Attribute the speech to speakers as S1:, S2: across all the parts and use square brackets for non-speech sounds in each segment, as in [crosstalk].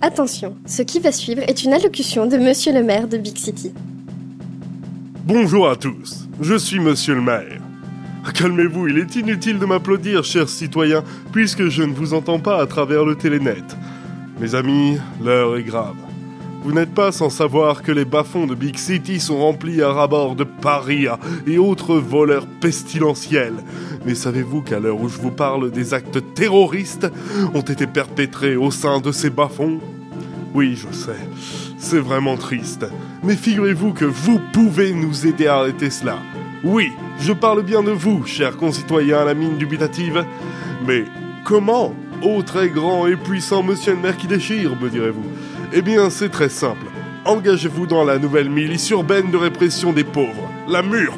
S1: Attention, ce qui va suivre est une allocution de Monsieur le maire de Big City.
S2: Bonjour à tous, je suis Monsieur le maire. Calmez-vous, il est inutile de m'applaudir, chers citoyens, puisque je ne vous entends pas à travers le télénet. Mes amis, l'heure est grave. Vous n'êtes pas sans savoir que les bas-fonds de Big City sont remplis à rabord de parias et autres voleurs pestilentiels. Mais savez-vous qu'à l'heure où je vous parle, des actes terroristes ont été perpétrés au sein de ces bas-fonds Oui, je sais, c'est vraiment triste. Mais figurez-vous que vous pouvez nous aider à arrêter cela. Oui, je parle bien de vous, chers concitoyens à la mine dubitative. Mais comment Ô très grand et puissant monsieur le maire qui déchire, me direz-vous. Eh bien, c'est très simple. Engagez-vous dans la nouvelle milice urbaine de répression des pauvres, la MURP.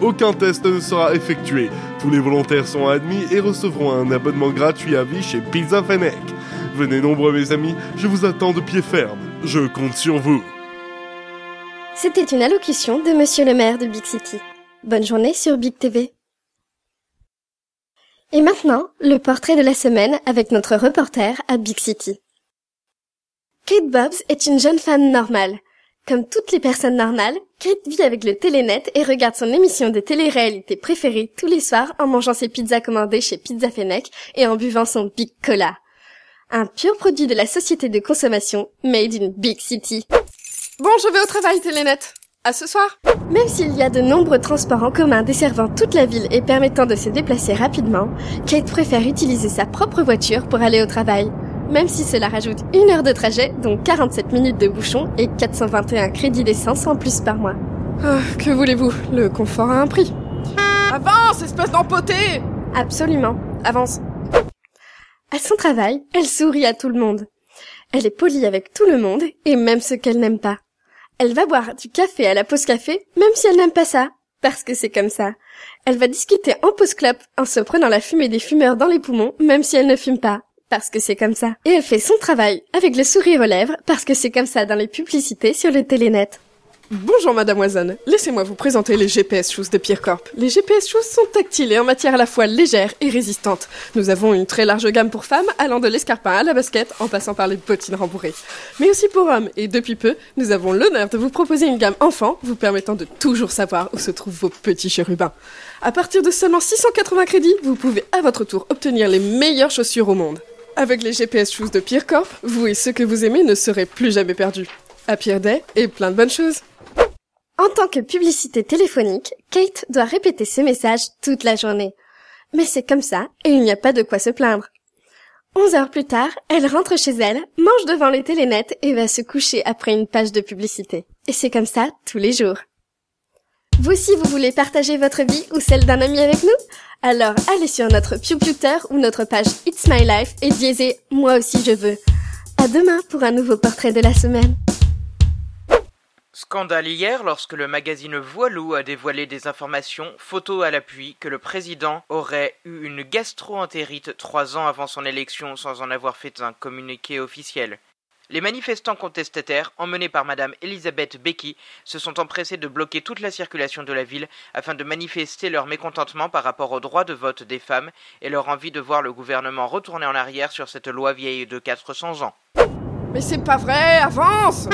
S2: Aucun test ne sera effectué. Tous les volontaires sont admis et recevront un abonnement gratuit à vie chez Pizza Fennec. Venez nombreux, mes amis, je vous attends de pied ferme. Je compte sur vous.
S1: C'était une allocution de Monsieur le maire de Big City. Bonne journée sur Big TV. Et maintenant, le portrait de la semaine avec notre reporter à Big City. Kate Bobbs est une jeune femme normale. Comme toutes les personnes normales, Kate vit avec le Télénet et regarde son émission de télé-réalité préférée tous les soirs en mangeant ses pizzas commandées chez Pizza Fennec et en buvant son Big Cola. Un pur produit de la société de consommation made in Big City.
S3: Bon, je vais au travail, Télénet. À ce soir.
S1: Même s'il y a de nombreux transports en commun desservant toute la ville et permettant de se déplacer rapidement, Kate préfère utiliser sa propre voiture pour aller au travail. Même si cela rajoute une heure de trajet, donc 47 minutes de bouchon et 421 crédits d'essence en plus par mois.
S3: Ah, que voulez-vous Le confort a un prix. Avance, espèce d'empoté
S1: Absolument. Avance. À son travail, elle sourit à tout le monde. Elle est polie avec tout le monde et même ceux qu'elle n'aime pas. Elle va boire du café à la pause café, même si elle n'aime pas ça, parce que c'est comme ça. Elle va discuter en pause clope en se prenant la fumée des fumeurs dans les poumons, même si elle ne fume pas, parce que c'est comme ça. Et elle fait son travail avec le sourire aux lèvres, parce que c'est comme ça dans les publicités sur le télénet.
S3: Bonjour Madame Oisonne, laissez-moi vous présenter les GPS Shoes de Piercorp. Les GPS Shoes sont tactiles et en matière à la fois légère et résistante. Nous avons une très large gamme pour femmes, allant de l'escarpin à la basket, en passant par les bottines rembourrées. Mais aussi pour hommes, et depuis peu, nous avons l'honneur de vous proposer une gamme enfant, vous permettant de toujours savoir où se trouvent vos petits chérubins. À partir de seulement 680 crédits, vous pouvez à votre tour obtenir les meilleures chaussures au monde. Avec les GPS Shoes de Piercorp, vous et ceux que vous aimez ne serez plus jamais perdus. À Pierre Day et plein de bonnes choses.
S1: En tant que publicité téléphonique, Kate doit répéter ce message toute la journée. Mais c'est comme ça, et il n'y a pas de quoi se plaindre. Onze heures plus tard, elle rentre chez elle, mange devant les télénettes et va se coucher après une page de publicité. Et c'est comme ça tous les jours. Vous aussi, vous voulez partager votre vie ou celle d'un ami avec nous Alors allez sur notre PewPewter ou notre page It's My Life et diésez « Moi aussi je veux ». À demain pour un nouveau portrait de la semaine.
S4: Scandale hier lorsque le magazine Voilou a dévoilé des informations, photos à l'appui, que le président aurait eu une gastro-entérite trois ans avant son élection sans en avoir fait un communiqué officiel. Les manifestants contestataires, emmenés par Madame Elisabeth Becky, se sont empressés de bloquer toute la circulation de la ville afin de manifester leur mécontentement par rapport au droit de vote des femmes et leur envie de voir le gouvernement retourner en arrière sur cette loi vieille de 400 ans.
S3: Mais c'est pas vrai, avance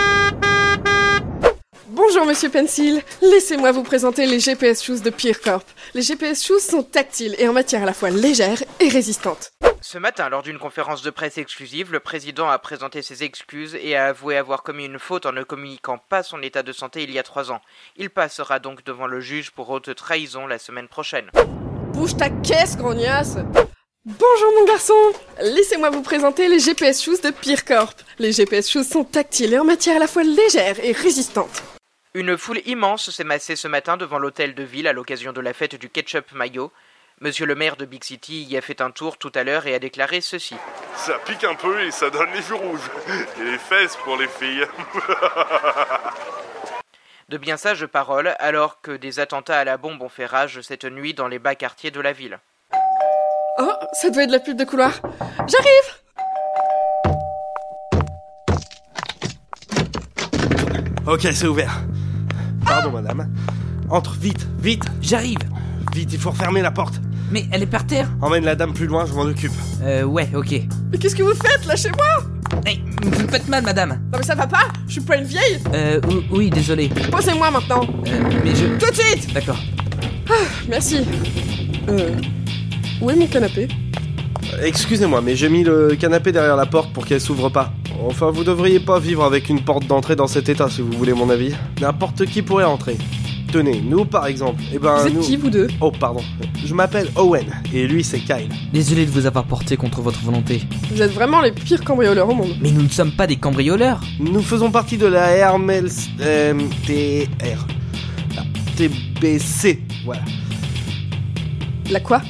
S3: Bonjour Monsieur Pencil, laissez-moi vous présenter les GPS Shoes de Piercorp. Les GPS Shoes sont tactiles et en matière à la fois légère et résistante.
S4: Ce matin, lors d'une conférence de presse exclusive, le président a présenté ses excuses et a avoué avoir commis une faute en ne communiquant pas son état de santé il y a trois ans. Il passera donc devant le juge pour haute trahison la semaine prochaine.
S3: Bouge ta caisse, grognasse Bonjour mon garçon Laissez-moi vous présenter les GPS Shoes de Piercorp. Les GPS Shoes sont tactiles et en matière à la fois légère et résistante.
S4: Une foule immense s'est massée ce matin devant l'hôtel de ville à l'occasion de la fête du ketchup mayo. Monsieur le maire de Big City y a fait un tour tout à l'heure et a déclaré ceci.
S2: Ça pique un peu et ça donne les joues rouges. Et les fesses pour les filles. [laughs]
S4: De bien sages paroles, alors que des attentats à la bombe ont fait rage cette nuit dans les bas quartiers de la ville.
S3: Oh, ça doit être la pub de couloir. J'arrive
S5: Ok, c'est ouvert. Pardon, madame. Entre vite, vite,
S6: J'arrive.
S5: vite, il faut refermer la porte.
S6: Mais elle est par terre.
S5: Emmène la dame plus loin, je m'en occupe.
S6: Euh, ouais, ok.
S3: Mais qu'est-ce que vous faites Lâchez-moi
S6: Hey, vous me faites mal, madame.
S3: Non mais ça va pas Je suis pas une vieille
S6: Euh, ou- oui, désolé.
S3: Posez-moi maintenant
S6: Euh, mais je.
S3: Tout de suite
S6: D'accord.
S3: Merci. Euh... Où est mon canapé
S5: Excusez-moi, mais j'ai mis le canapé derrière la porte pour qu'elle s'ouvre pas. Enfin, vous devriez pas vivre avec une porte d'entrée dans cet état, si vous voulez mon avis. N'importe qui pourrait entrer. Tenez, nous par exemple. Eh ben,
S3: Vous êtes
S5: nous-
S3: qui, vous deux
S5: Oh, pardon. Je m'appelle Owen, et lui, c'est Kyle.
S6: Désolé de vous avoir porté contre votre volonté.
S3: Vous êtes vraiment les pires cambrioleurs au monde.
S6: Mais nous ne sommes pas des cambrioleurs.
S5: Nous faisons partie de la Hermels... euh, TR... la TBC, voilà.
S3: La quoi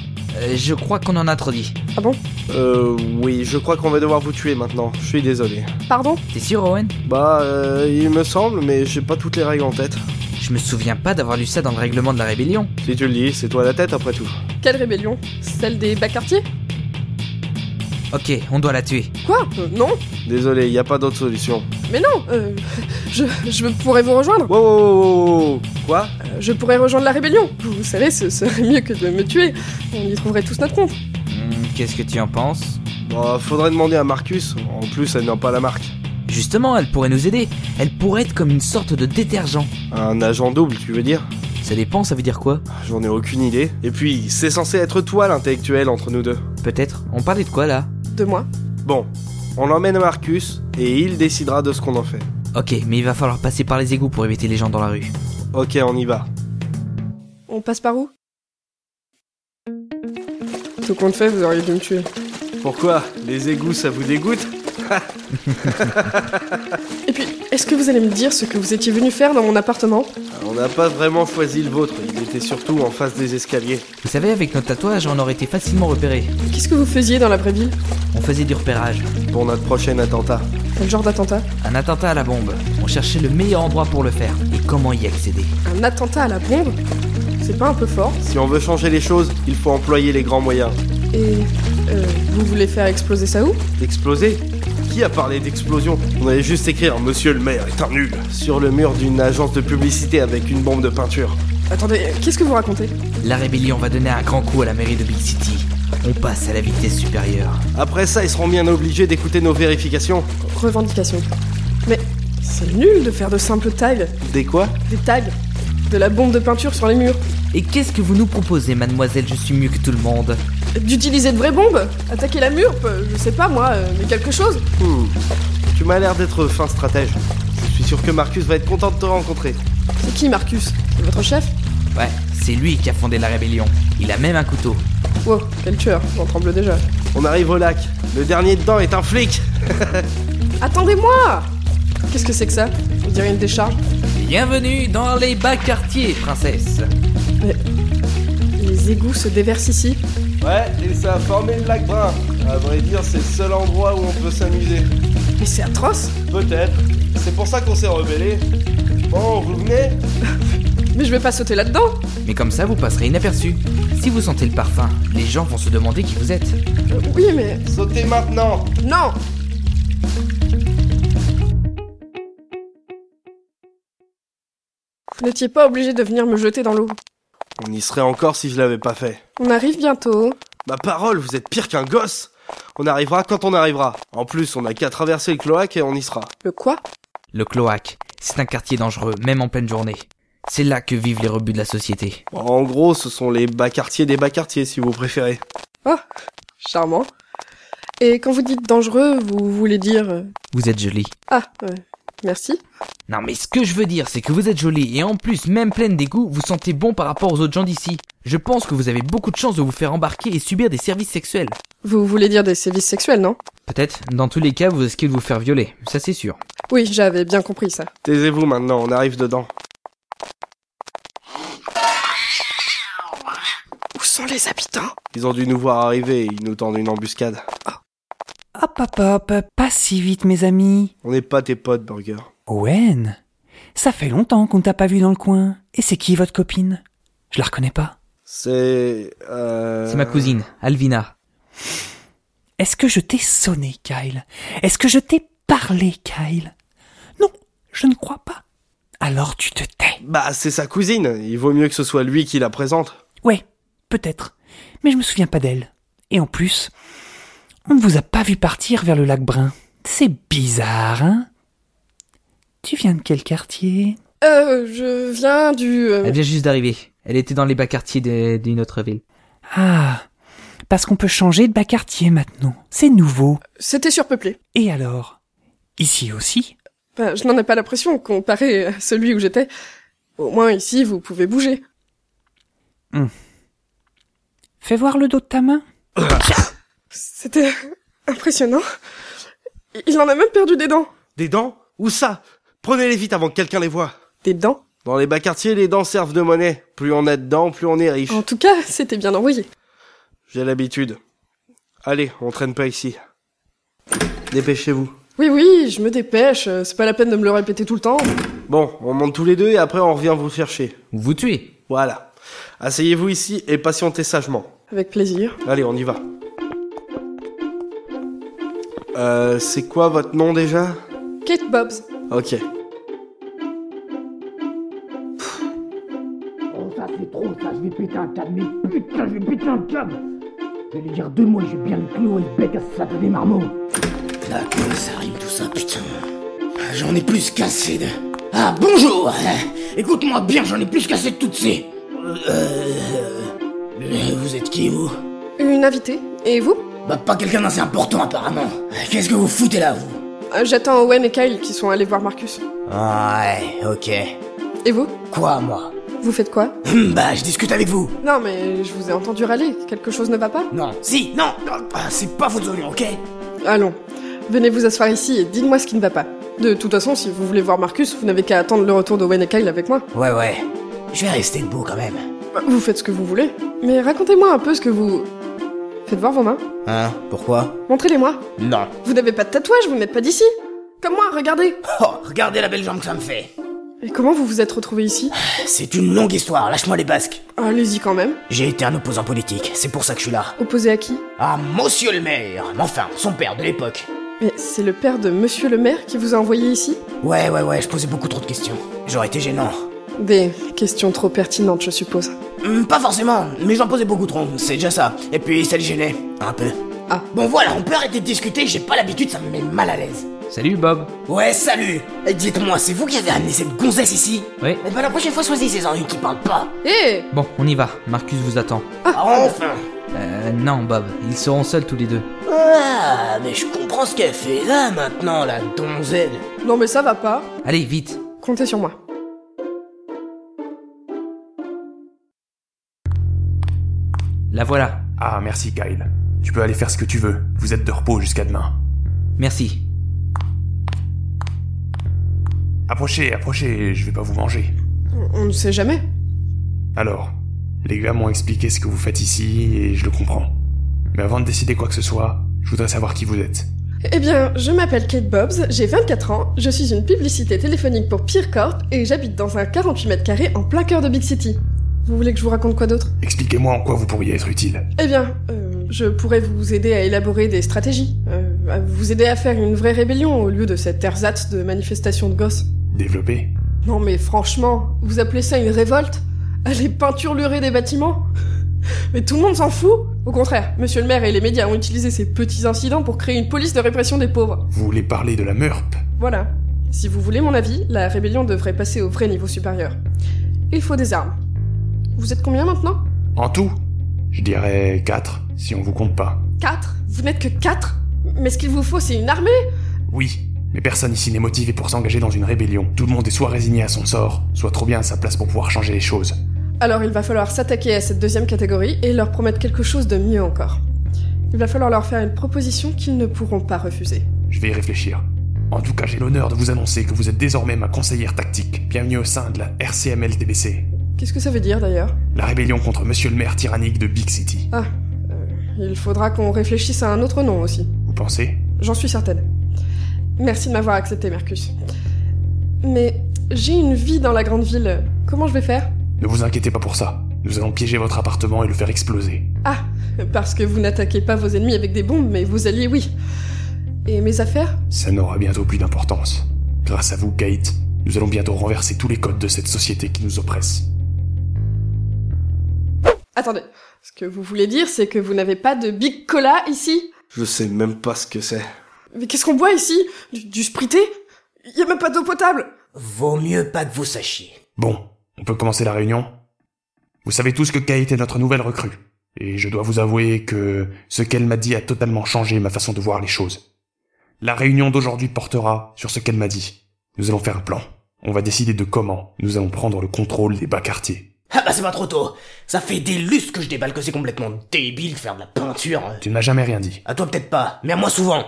S6: Euh, je crois qu'on en a trop dit.
S3: Ah bon
S5: Euh, oui, je crois qu'on va devoir vous tuer maintenant. Je suis désolé.
S3: Pardon
S6: T'es sûr, Owen
S5: Bah, euh, il me semble, mais j'ai pas toutes les règles en tête.
S6: Je me souviens pas d'avoir lu ça dans le règlement de la rébellion.
S5: Si tu le dis, c'est toi la tête après tout.
S3: Quelle rébellion Celle des bas quartiers
S6: Ok, on doit la tuer.
S3: Quoi Euh, Non
S5: Désolé, y a pas d'autre solution.
S3: Mais non euh, [laughs] je, je pourrais vous rejoindre
S5: Wow, wow, wow, wow, wow. Quoi
S3: Euh, Je pourrais rejoindre la rébellion Vous savez, ce serait mieux que de me tuer. On y trouverait tous notre compte.
S6: Hmm, Qu'est-ce que tu en penses
S5: Bah, faudrait demander à Marcus. En plus, elle n'a pas la marque.
S6: Justement, elle pourrait nous aider. Elle pourrait être comme une sorte de détergent.
S5: Un agent double, tu veux dire
S6: Ça dépend, ça veut dire quoi
S5: Ah, J'en ai aucune idée. Et puis, c'est censé être toi l'intellectuel entre nous deux.
S6: Peut-être. On parlait de quoi là
S3: De moi.
S5: Bon, on l'emmène à Marcus et il décidera de ce qu'on en fait.
S6: Ok, mais il va falloir passer par les égouts pour éviter les gens dans la rue.
S5: Ok, on y va.
S3: On passe par où Tout compte fait, vous auriez dû me tuer.
S5: Pourquoi Les égouts, ça vous dégoûte
S3: Et puis, est-ce que vous allez me dire ce que vous étiez venu faire dans mon appartement
S5: Ah, On n'a pas vraiment choisi le vôtre. Il était surtout en face des escaliers.
S6: Vous savez, avec notre tatouage, on aurait été facilement repérés.
S3: Qu'est-ce que vous faisiez dans la vraie ville
S6: On faisait du repérage.
S5: Pour notre prochain attentat.
S3: Quel genre d'attentat
S6: Un attentat à la bombe. On cherchait le meilleur endroit pour le faire et comment y accéder.
S3: Un attentat à la bombe C'est pas un peu fort
S5: Si on veut changer les choses, il faut employer les grands moyens.
S3: Et euh, vous voulez faire exploser ça où
S5: Exploser Qui a parlé d'explosion On allait juste écrire Monsieur le maire est un nul sur le mur d'une agence de publicité avec une bombe de peinture.
S3: Attendez, qu'est-ce que vous racontez
S6: La rébellion va donner un grand coup à la mairie de Big City. On passe à la vitesse supérieure.
S5: Après ça, ils seront bien obligés d'écouter nos vérifications.
S3: Revendication. Mais c'est nul de faire de simples tags,
S5: Des quoi
S3: des tags, de la bombe de peinture sur les murs,
S6: Et qu'est-ce que vous nous proposez, mademoiselle Je suis mieux que tout le monde.
S3: d'utiliser de vraies bombes, attaquer la mur, peu- je sais pas moi, euh, mais quelque chose.
S5: Hmm. Tu m'as l'air d'être fin stratège. Je suis sûr que Marcus va être content de te rencontrer.
S3: C'est qui Marcus C'est Votre chef
S6: Ouais, c'est lui qui a fondé la rébellion. Il a même un couteau.
S3: Wow, quel tueur, j'en tremble déjà.
S5: On arrive au lac. Le dernier dedans est un flic.
S3: Attendez-moi Qu'est-ce que c'est que ça On dirait une décharge.
S6: Bienvenue dans les bas quartiers, princesse.
S3: Les égouts se déversent ici.
S5: Ouais, et ça a formé le lac brun. À vrai dire, c'est le seul endroit où on peut s'amuser.
S3: Mais c'est atroce
S5: Peut-être. C'est pour ça qu'on s'est rebellé. Bon, vous venez
S3: Mais je vais pas sauter là-dedans
S6: Mais comme ça, vous passerez inaperçu. Si vous sentez le parfum, les gens vont se demander qui vous êtes.
S3: Euh, Oui, mais.
S5: Sautez maintenant
S3: Non Vous n'étiez pas obligé de venir me jeter dans l'eau.
S5: On y serait encore si je l'avais pas fait.
S3: On arrive bientôt.
S5: Ma parole, vous êtes pire qu'un gosse On arrivera quand on arrivera. En plus, on a qu'à traverser le cloaque et on y sera.
S3: Le quoi
S6: Le cloaque, c'est un quartier dangereux, même en pleine journée. C'est là que vivent les rebuts de la société.
S5: En gros, ce sont les bas quartiers des bas quartiers, si vous préférez.
S3: Ah, Charmant. Et quand vous dites dangereux, vous voulez dire. euh,
S6: Vous êtes jolie.
S3: Ah, euh, merci.
S6: Non mais ce que je veux dire, c'est que vous êtes jolie et en plus, même pleine d'égout, vous sentez bon par rapport aux autres gens d'ici. Je pense que vous avez beaucoup de chance de vous faire embarquer et subir des services sexuels.
S3: Vous voulez dire des sévices sexuels, non
S6: Peut-être, dans tous les cas, vous risquez de vous faire violer, ça c'est sûr.
S3: Oui, j'avais bien compris ça.
S5: Taisez-vous maintenant, on arrive dedans.
S3: Où sont les habitants
S5: Ils ont dû nous voir arriver et ils nous tendent une embuscade.
S7: Hop hop hop, pas si vite mes amis.
S5: On n'est pas tes potes, Burger.
S7: Owen, ça fait longtemps qu'on ne t'a pas vu dans le coin. Et c'est qui votre copine Je la reconnais pas.
S5: C'est... Euh...
S6: C'est ma cousine, Alvina.
S7: Est-ce que je t'ai sonné, Kyle Est-ce que je t'ai parlé, Kyle Non, je ne crois pas. Alors tu te tais.
S5: Bah, c'est sa cousine. Il vaut mieux que ce soit lui qui la présente.
S7: Ouais, peut-être. Mais je me souviens pas d'elle. Et en plus, on ne vous a pas vu partir vers le lac Brun. C'est bizarre, hein Tu viens de quel quartier
S3: Euh, je viens du... euh,
S6: Elle vient juste d'arriver. Elle était dans les bas quartiers de- d'une autre ville.
S7: Ah, parce qu'on peut changer de bas quartier maintenant. C'est nouveau.
S3: C'était surpeuplé.
S7: Et alors Ici aussi
S3: Ben, je n'en ai pas l'impression comparé à celui où j'étais. Au moins ici, vous pouvez bouger.
S7: Hum. Fais voir le dos de ta main.
S3: C'était impressionnant. Il en a même perdu des dents.
S5: Des dents Où ça Prenez-les vite avant que quelqu'un les voie.
S3: Des dents
S5: Dans les bas quartiers, les dents servent de monnaie. Plus on a de dents, plus on est riche.
S3: En tout cas, c'était bien envoyé.
S5: J'ai l'habitude. Allez, on traîne pas ici. Dépêchez-vous.
S3: Oui, oui, je me dépêche. euh, C'est pas la peine de me le répéter tout le temps.
S5: Bon, on monte tous les deux et après on revient vous chercher.
S6: Vous tuez.
S5: Voilà. Asseyez-vous ici et patientez sagement.
S3: Avec plaisir.
S5: Allez, on y va. Euh, c'est quoi votre nom déjà
S3: Kate Bobs.
S5: Ok.
S8: Oh, ça c'est trop, ça, je vais péter un câble, mais putain, je vais péter un câble Je vais lui dire deux mots, j'ai bien le clou et le bec à ce satané des marmots Là, comment ça rime tout ça, putain Ah, J'en ai plus cassé de... Ah, bonjour Euh, Écoute-moi bien, j'en ai plus cassé de toutes ces... Euh, euh, Vous êtes qui, vous
S3: Une invitée. Et vous
S8: Bah, pas quelqu'un d'assez important, apparemment Qu'est-ce que vous foutez là, vous
S3: Euh, J'attends Owen et Kyle qui sont allés voir Marcus.
S8: Ah, ouais, ok.
S3: Et vous
S8: Quoi, moi
S3: Vous faites quoi
S8: Hum, Bah, je discute avec vous
S3: Non, mais je vous ai entendu râler. Quelque chose ne va pas
S8: Non, si, non Ah, C'est pas votre oignons, ok
S3: Allons. Venez vous asseoir ici et dites-moi ce qui ne va pas. De toute façon, si vous voulez voir Marcus, vous n'avez qu'à attendre le retour d'Owen et Kyle avec moi.
S8: Ouais, ouais. Je vais rester debout quand même.
S3: Bah, Vous faites ce que vous voulez. Mais racontez-moi un peu ce que vous... Faites voir vos mains.
S8: Hein Pourquoi
S3: Montrez-les-moi.
S8: Non.
S3: Vous n'avez pas de tatouage, vous n'êtes pas d'ici. Comme moi, regardez.
S8: Oh, regardez la belle jambe que ça me fait.
S3: Et comment vous vous êtes retrouvé ici
S8: C'est une longue histoire, lâche-moi les basques.
S3: Allez-y quand même.
S8: J'ai été un opposant politique, c'est pour ça que je suis là.
S3: Opposé à qui
S8: Ah, monsieur le maire Mais Enfin, son père de l'époque.
S3: Mais c'est le père de Monsieur le maire qui vous a envoyé ici
S8: Ouais, ouais, ouais, je posais beaucoup trop de questions. J'aurais été gênant.
S3: Des questions trop pertinentes, je suppose.
S8: Hum, pas forcément, mais j'en posais beaucoup trop, c'est déjà ça. Et puis, ça les gênait, un peu.
S3: Ah.
S8: Bon voilà, on peut arrêter de discuter, j'ai pas l'habitude, ça me met mal à l'aise.
S6: Salut Bob.
S8: Ouais, salut Et Dites-moi, c'est vous qui avez amené cette gonzesse ici
S6: Oui.
S8: Eh ben la prochaine fois, choisissez-en une qui parle pas.
S3: Eh
S6: Bon, on y va. Marcus vous attend.
S8: Ah, enfin
S6: Euh, non Bob, ils seront seuls tous les deux.
S8: Ah, mais je comprends ce qu'elle fait là maintenant, la donzelle.
S3: Non mais ça va pas.
S6: Allez, vite.
S3: Comptez sur moi.
S6: La voilà.
S9: Ah, merci Kyle. Tu peux aller faire ce que tu veux. Vous êtes de repos jusqu'à demain.
S6: Merci.
S9: Approchez, approchez, je vais pas vous manger.
S3: On ne sait jamais.
S9: Alors, les gars m'ont expliqué ce que vous faites ici et je le comprends. Mais avant de décider quoi que ce soit, je voudrais savoir qui vous êtes.
S3: Eh bien, je m'appelle Kate Bobs, j'ai 24 ans, je suis une publicité téléphonique pour Peer Corp et j'habite dans un 48 mètres carrés en plein cœur de Big City. Vous voulez que je vous raconte quoi d'autre
S9: Expliquez-moi en quoi vous pourriez être utile.
S3: Eh bien, euh, je pourrais vous aider à élaborer des stratégies, euh, à vous aider à faire une vraie rébellion au lieu de cette ersatz de manifestation de gosses.
S9: Développez.
S3: Non mais franchement, vous appelez ça une révolte Aller peinturlurer des bâtiments Mais tout le monde s'en fout Au contraire, monsieur le maire et les médias ont utilisé ces petits incidents pour créer une police de répression des pauvres.
S9: Vous voulez parler de la MERP
S3: Voilà. Si vous voulez mon avis, la rébellion devrait passer au vrai niveau supérieur. Il faut des armes. Vous êtes combien maintenant
S9: En tout Je dirais 4, si on vous compte pas.
S3: Quatre Vous n'êtes que quatre Mais ce qu'il vous faut, c'est une armée
S9: Oui, mais personne ici n'est motivé pour s'engager dans une rébellion. Tout le monde est soit résigné à son sort, soit trop bien à sa place pour pouvoir changer les choses.
S3: Alors il va falloir s'attaquer à cette deuxième catégorie et leur promettre quelque chose de mieux encore. Il va falloir leur faire une proposition qu'ils ne pourront pas refuser.
S9: Je vais y réfléchir. En tout cas, j'ai l'honneur de vous annoncer que vous êtes désormais ma conseillère tactique. Bienvenue au sein de la RCML-TBC,
S3: Qu'est-ce que ça veut dire d'ailleurs
S9: la rébellion contre Monsieur le maire tyrannique de Big City.
S3: Ah, euh, il faudra qu'on réfléchisse à un autre nom aussi.
S9: Vous pensez
S3: J'en suis certaine. Merci de m'avoir accepté, Mercus. Mais j'ai une vie dans la grande ville. Comment je vais faire
S9: Ne vous inquiétez pas pour ça. Nous allons piéger votre appartement et le faire exploser.
S3: Ah, parce que vous n'attaquez pas vos ennemis avec des bombes, mais vos alliés, oui. Et mes affaires
S9: Ça n'aura bientôt plus d'importance. Grâce à vous, Kate, nous allons bientôt renverser tous les codes de cette société qui nous oppresse.
S3: Attendez, ce que vous voulez dire, c'est que vous n'avez pas de big cola ici
S5: Je sais même pas ce que c'est.
S3: Mais qu'est-ce qu'on boit ici du, du sprité Y a même pas d'eau potable
S8: Vaut mieux pas que vous sachiez.
S9: Bon, on peut commencer la réunion Vous savez tous que Kate est notre nouvelle recrue. Et je dois vous avouer que ce qu'elle m'a dit a totalement changé ma façon de voir les choses. La réunion d'aujourd'hui portera sur ce qu'elle m'a dit. Nous allons faire un plan. On va décider de comment nous allons prendre le contrôle des bas quartiers.
S8: Ah bah c'est pas trop tôt. Ça fait des lustres que je déballe que c'est complètement débile de faire de la peinture.
S9: Tu ne m'as jamais rien dit.
S8: À toi peut-être pas, mais à moi souvent.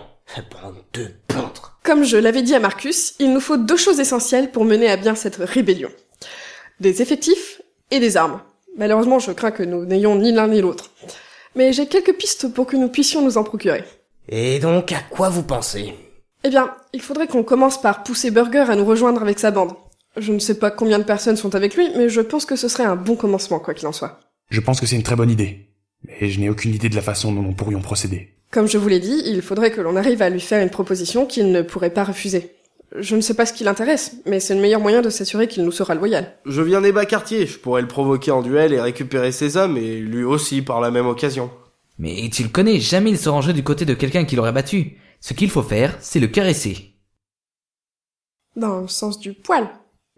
S8: Bande de peintres.
S3: Comme je l'avais dit à Marcus, il nous faut deux choses essentielles pour mener à bien cette rébellion. Des effectifs et des armes. Malheureusement, je crains que nous n'ayons ni l'un ni l'autre. Mais j'ai quelques pistes pour que nous puissions nous en procurer.
S8: Et donc à quoi vous pensez
S3: Eh bien, il faudrait qu'on commence par pousser Burger à nous rejoindre avec sa bande. Je ne sais pas combien de personnes sont avec lui, mais je pense que ce serait un bon commencement, quoi qu'il en soit.
S9: Je pense que c'est une très bonne idée. Mais je n'ai aucune idée de la façon dont nous pourrions procéder.
S3: Comme je vous l'ai dit, il faudrait que l'on arrive à lui faire une proposition qu'il ne pourrait pas refuser. Je ne sais pas ce qui l'intéresse, mais c'est le meilleur moyen de s'assurer qu'il nous sera loyal.
S5: Je viens des bas quartiers, je pourrais le provoquer en duel et récupérer ses hommes, et lui aussi par la même occasion.
S6: Mais tu le connais, jamais il se rangerait du côté de quelqu'un qui l'aurait battu. Ce qu'il faut faire, c'est le caresser.
S3: Dans le sens du poil.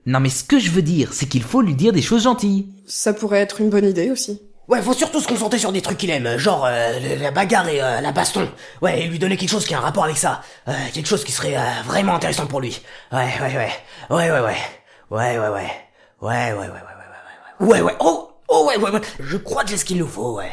S6: Non mais ce que je veux dire, c'est qu'il faut lui dire des choses gentilles.
S3: Ça pourrait être une bonne idée aussi.
S8: Ouais, faut surtout se concentrer sur des trucs qu'il aime, genre euh, le- la bagarre et euh, la baston. Ouais, et lui donner quelque chose qui a un rapport avec ça. Euh, quelque chose qui serait euh, vraiment intéressant pour lui. Ouais, ouais, ouais. Ouais, ouais, ouais. Ouais, ouais, ouais. Ouais, ouais, ouais, ouais, ouais, ouais, ouais, ouais. Ouais, ouais. Oh, oh, ouais, ouais, ouais. Je crois que j'ai ce qu'il nous faut, ouais.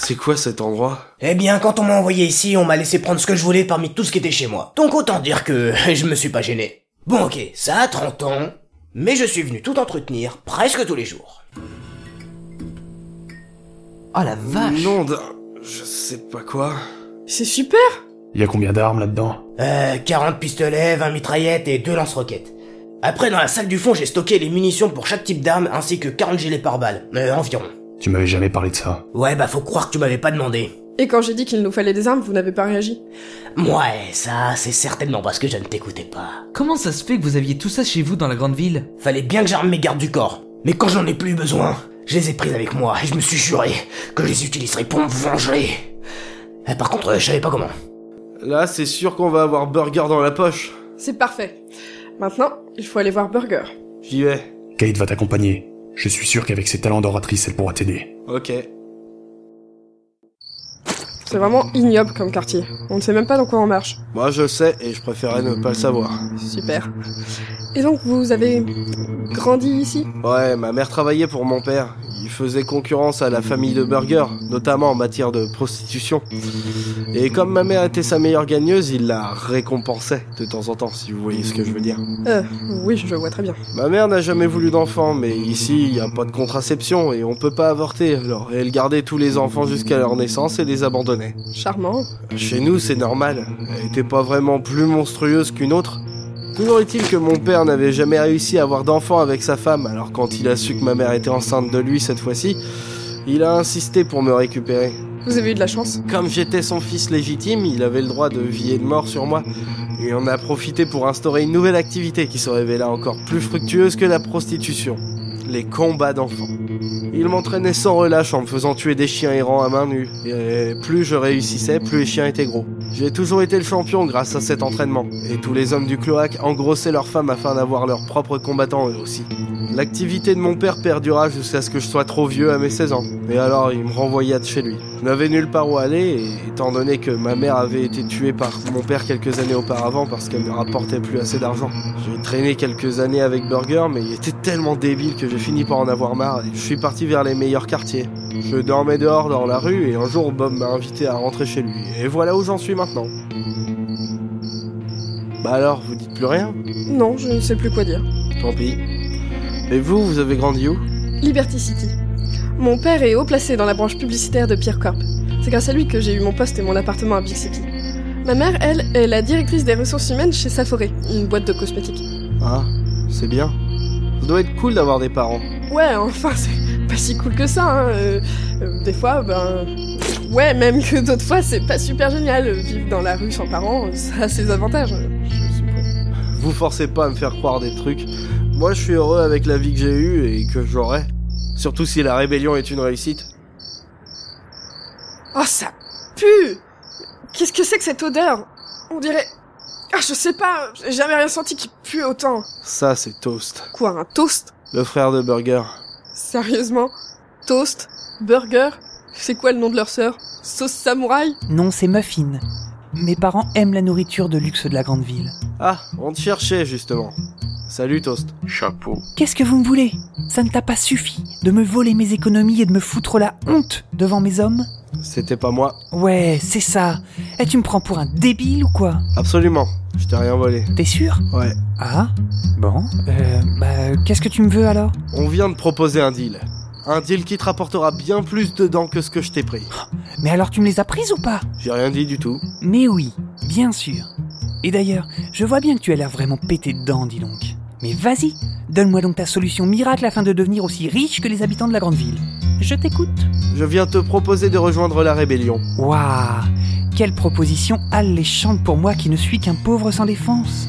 S5: C'est quoi cet endroit
S8: Eh bien, quand on m'a envoyé ici, on m'a laissé prendre ce que je voulais parmi tout ce qui était chez moi. Donc autant dire que [laughs] je me suis pas gêné. Bon ok, ça a 30 ans, mais je suis venu tout entretenir presque tous les jours.
S6: Oh la vache
S5: Nom d'un... Je sais pas quoi.
S3: C'est super
S9: Il y a combien d'armes là-dedans
S8: Euh, 40 pistolets, 20 mitraillettes et 2 lance-roquettes. Après, dans la salle du fond, j'ai stocké les munitions pour chaque type d'arme ainsi que 40 gilets par balle, euh, environ.
S9: Tu m'avais jamais parlé de ça.
S8: Ouais, bah faut croire que tu m'avais pas demandé.
S3: Et quand j'ai dit qu'il nous fallait des armes, vous n'avez pas réagi.
S8: Ouais, ça, c'est certainement parce que je ne t'écoutais pas.
S6: Comment ça se fait que vous aviez tout ça chez vous dans la grande ville
S8: Fallait bien que j'arme mes gardes du corps. Mais quand j'en ai plus eu besoin, je les ai prises avec moi et je me suis juré que je les utiliserais pour me venger. Euh, Par contre, euh, je savais pas comment.
S5: Là, c'est sûr qu'on va avoir Burger dans la poche.
S3: C'est parfait. Maintenant, il faut aller voir Burger.
S5: J'y vais.
S9: Kate va t'accompagner. Je suis sûr qu'avec ses talents d'oratrice, elle pourra t'aider.
S5: Ok.
S3: C'est vraiment ignoble comme quartier. On ne sait même pas dans quoi on marche.
S5: Moi, je le sais, et je préférais ne pas le savoir.
S3: Super. Et donc, vous avez grandi ici
S5: Ouais, ma mère travaillait pour mon père. Il faisait concurrence à la famille de Burger, notamment en matière de prostitution. Et comme ma mère était sa meilleure gagneuse, il la récompensait de temps en temps, si vous voyez ce que je veux dire.
S3: Euh, oui, je vois très bien.
S5: Ma mère n'a jamais voulu d'enfant, mais ici, il n'y a pas de contraception et on peut pas avorter. Alors, elle gardait tous les enfants jusqu'à leur naissance et les abandonnait.
S3: Charmant.
S5: Chez nous, c'est normal. Elle était pas vraiment plus monstrueuse qu'une autre. Toujours est-il que mon père n'avait jamais réussi à avoir d'enfant avec sa femme, alors quand il a su que ma mère était enceinte de lui cette fois-ci, il a insisté pour me récupérer.
S3: Vous avez eu de la chance.
S5: Comme j'étais son fils légitime, il avait le droit de vie et de mort sur moi. Et on a profité pour instaurer une nouvelle activité qui se révéla encore plus fructueuse que la prostitution. Les combats d'enfants. Il m'entraînait sans relâche en me faisant tuer des chiens errants à main nue. Et plus je réussissais, plus les chiens étaient gros. J'ai toujours été le champion grâce à cet entraînement. Et tous les hommes du cloaque engrossaient leurs femmes afin d'avoir leurs propres combattants eux aussi. L'activité de mon père perdura jusqu'à ce que je sois trop vieux à mes 16 ans. Et alors il me renvoya de chez lui. Je n'avais nulle part où aller, et étant donné que ma mère avait été tuée par mon père quelques années auparavant parce qu'elle ne rapportait plus assez d'argent. J'ai traîné quelques années avec Burger, mais il était tellement débile que j'ai fini par en avoir marre et je suis parti vers les meilleurs quartiers. Je dormais dehors dans la rue et un jour Bob m'a invité à rentrer chez lui. Et voilà où j'en suis maintenant. Bah alors, vous dites plus rien
S3: Non, je ne sais plus quoi dire.
S5: Tant pis. Et vous, vous avez grandi où
S3: Liberty City. Mon père est haut placé dans la branche publicitaire de Pierre Corp. C'est grâce à lui que j'ai eu mon poste et mon appartement à Big City. Ma mère, elle, est la directrice des ressources humaines chez Saforé, une boîte de cosmétiques.
S5: Ah, c'est bien. Ça doit être cool d'avoir des parents.
S3: Ouais, enfin, [laughs] c'est pas si cool que ça, hein. euh, euh, des fois, ben. Ouais, même que d'autres fois, c'est pas super génial. euh, Vivre dans la rue sans parents, euh, ça a ses avantages. euh, je suppose.
S5: Vous forcez pas à me faire croire des trucs. Moi, je suis heureux avec la vie que j'ai eue et que j'aurai. Surtout si la rébellion est une réussite.
S3: Oh, ça pue Qu'est-ce que c'est que cette odeur On dirait... Ah, je sais pas, j'ai jamais rien senti qui pue autant.
S5: Ça, c'est Toast,
S3: Quoi, un toast
S5: le frère de Burger.
S3: Sérieusement Toast Burger C'est quoi le nom de leur sœur Sauce samouraï
S7: Non, c'est Muffin. Mes parents aiment la nourriture de luxe de la grande ville.
S5: Ah, on te cherchait justement. Salut Toast.
S9: Chapeau.
S7: Qu'est-ce que vous me voulez Ça ne t'a pas suffi de me voler mes économies et de me foutre la honte devant mes hommes
S5: C'était pas moi.
S7: Ouais, c'est ça. Et tu me prends pour un débile ou quoi
S5: Absolument. Je t'ai rien volé.
S7: T'es sûr
S5: Ouais.
S7: Ah Bon. Euh, bah, qu'est-ce que tu me veux alors
S5: On vient de proposer un deal. Un deal qui te rapportera bien plus dedans que ce que je t'ai pris.
S7: Mais alors tu me les as prises ou pas
S5: J'ai rien dit du tout.
S7: Mais oui, bien sûr. Et d'ailleurs, je vois bien que tu as l'air vraiment pété dedans, dis donc. Mais vas-y, donne-moi donc ta solution miracle afin de devenir aussi riche que les habitants de la grande ville. Je t'écoute.
S5: Je viens te proposer de rejoindre la rébellion.
S7: Waouh Quelle proposition alléchante pour moi qui ne suis qu'un pauvre sans défense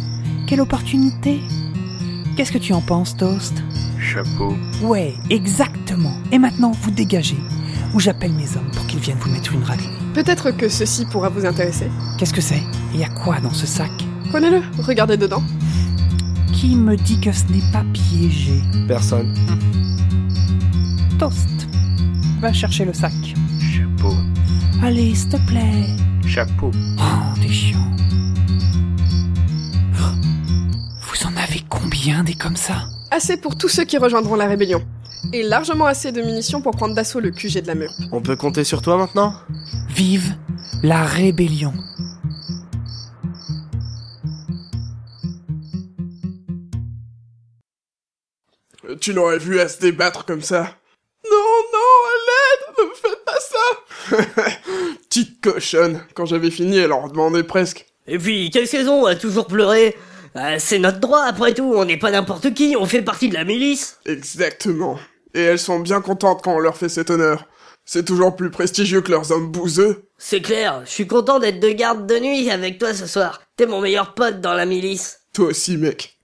S7: Quelle opportunité Qu'est-ce que tu en penses, Toast
S9: Chapeau.
S7: Ouais, exactement. Et maintenant, vous dégagez. Ou j'appelle mes hommes pour qu'ils viennent vous mettre une raclée.
S3: Peut-être que ceci pourra vous intéresser.
S7: Qu'est-ce que c'est Il y a quoi dans ce sac
S3: Prenez-le, regardez dedans.
S7: Qui me dit que ce n'est pas piégé
S5: Personne.
S7: Toast, va chercher le sac.
S9: Chapeau.
S7: Allez, s'il te plaît.
S9: Chapeau.
S7: Oh, t'es chiant. Vous en avez combien des comme ça
S3: Assez pour tous ceux qui rejoindront la rébellion. Et largement assez de munitions pour prendre d'assaut le QG de la mur.
S5: On peut compter sur toi maintenant
S7: Vive la rébellion
S10: Tu l'aurais vu à se débattre comme ça. Non, non, à l'aide, ne me faites pas ça Petite cochonne, quand j'avais fini, elle en redemandait presque.
S8: Et puis, quelle saison a toujours pleuré Euh, C'est notre droit, après tout, on n'est pas n'importe qui, on fait partie de la milice
S10: Exactement. Et elles sont bien contentes quand on leur fait cet honneur. C'est toujours plus prestigieux que leurs hommes bouseux.
S8: C'est clair, je suis content d'être de garde de nuit avec toi ce soir. T'es mon meilleur pote dans la milice.
S10: Toi aussi, mec.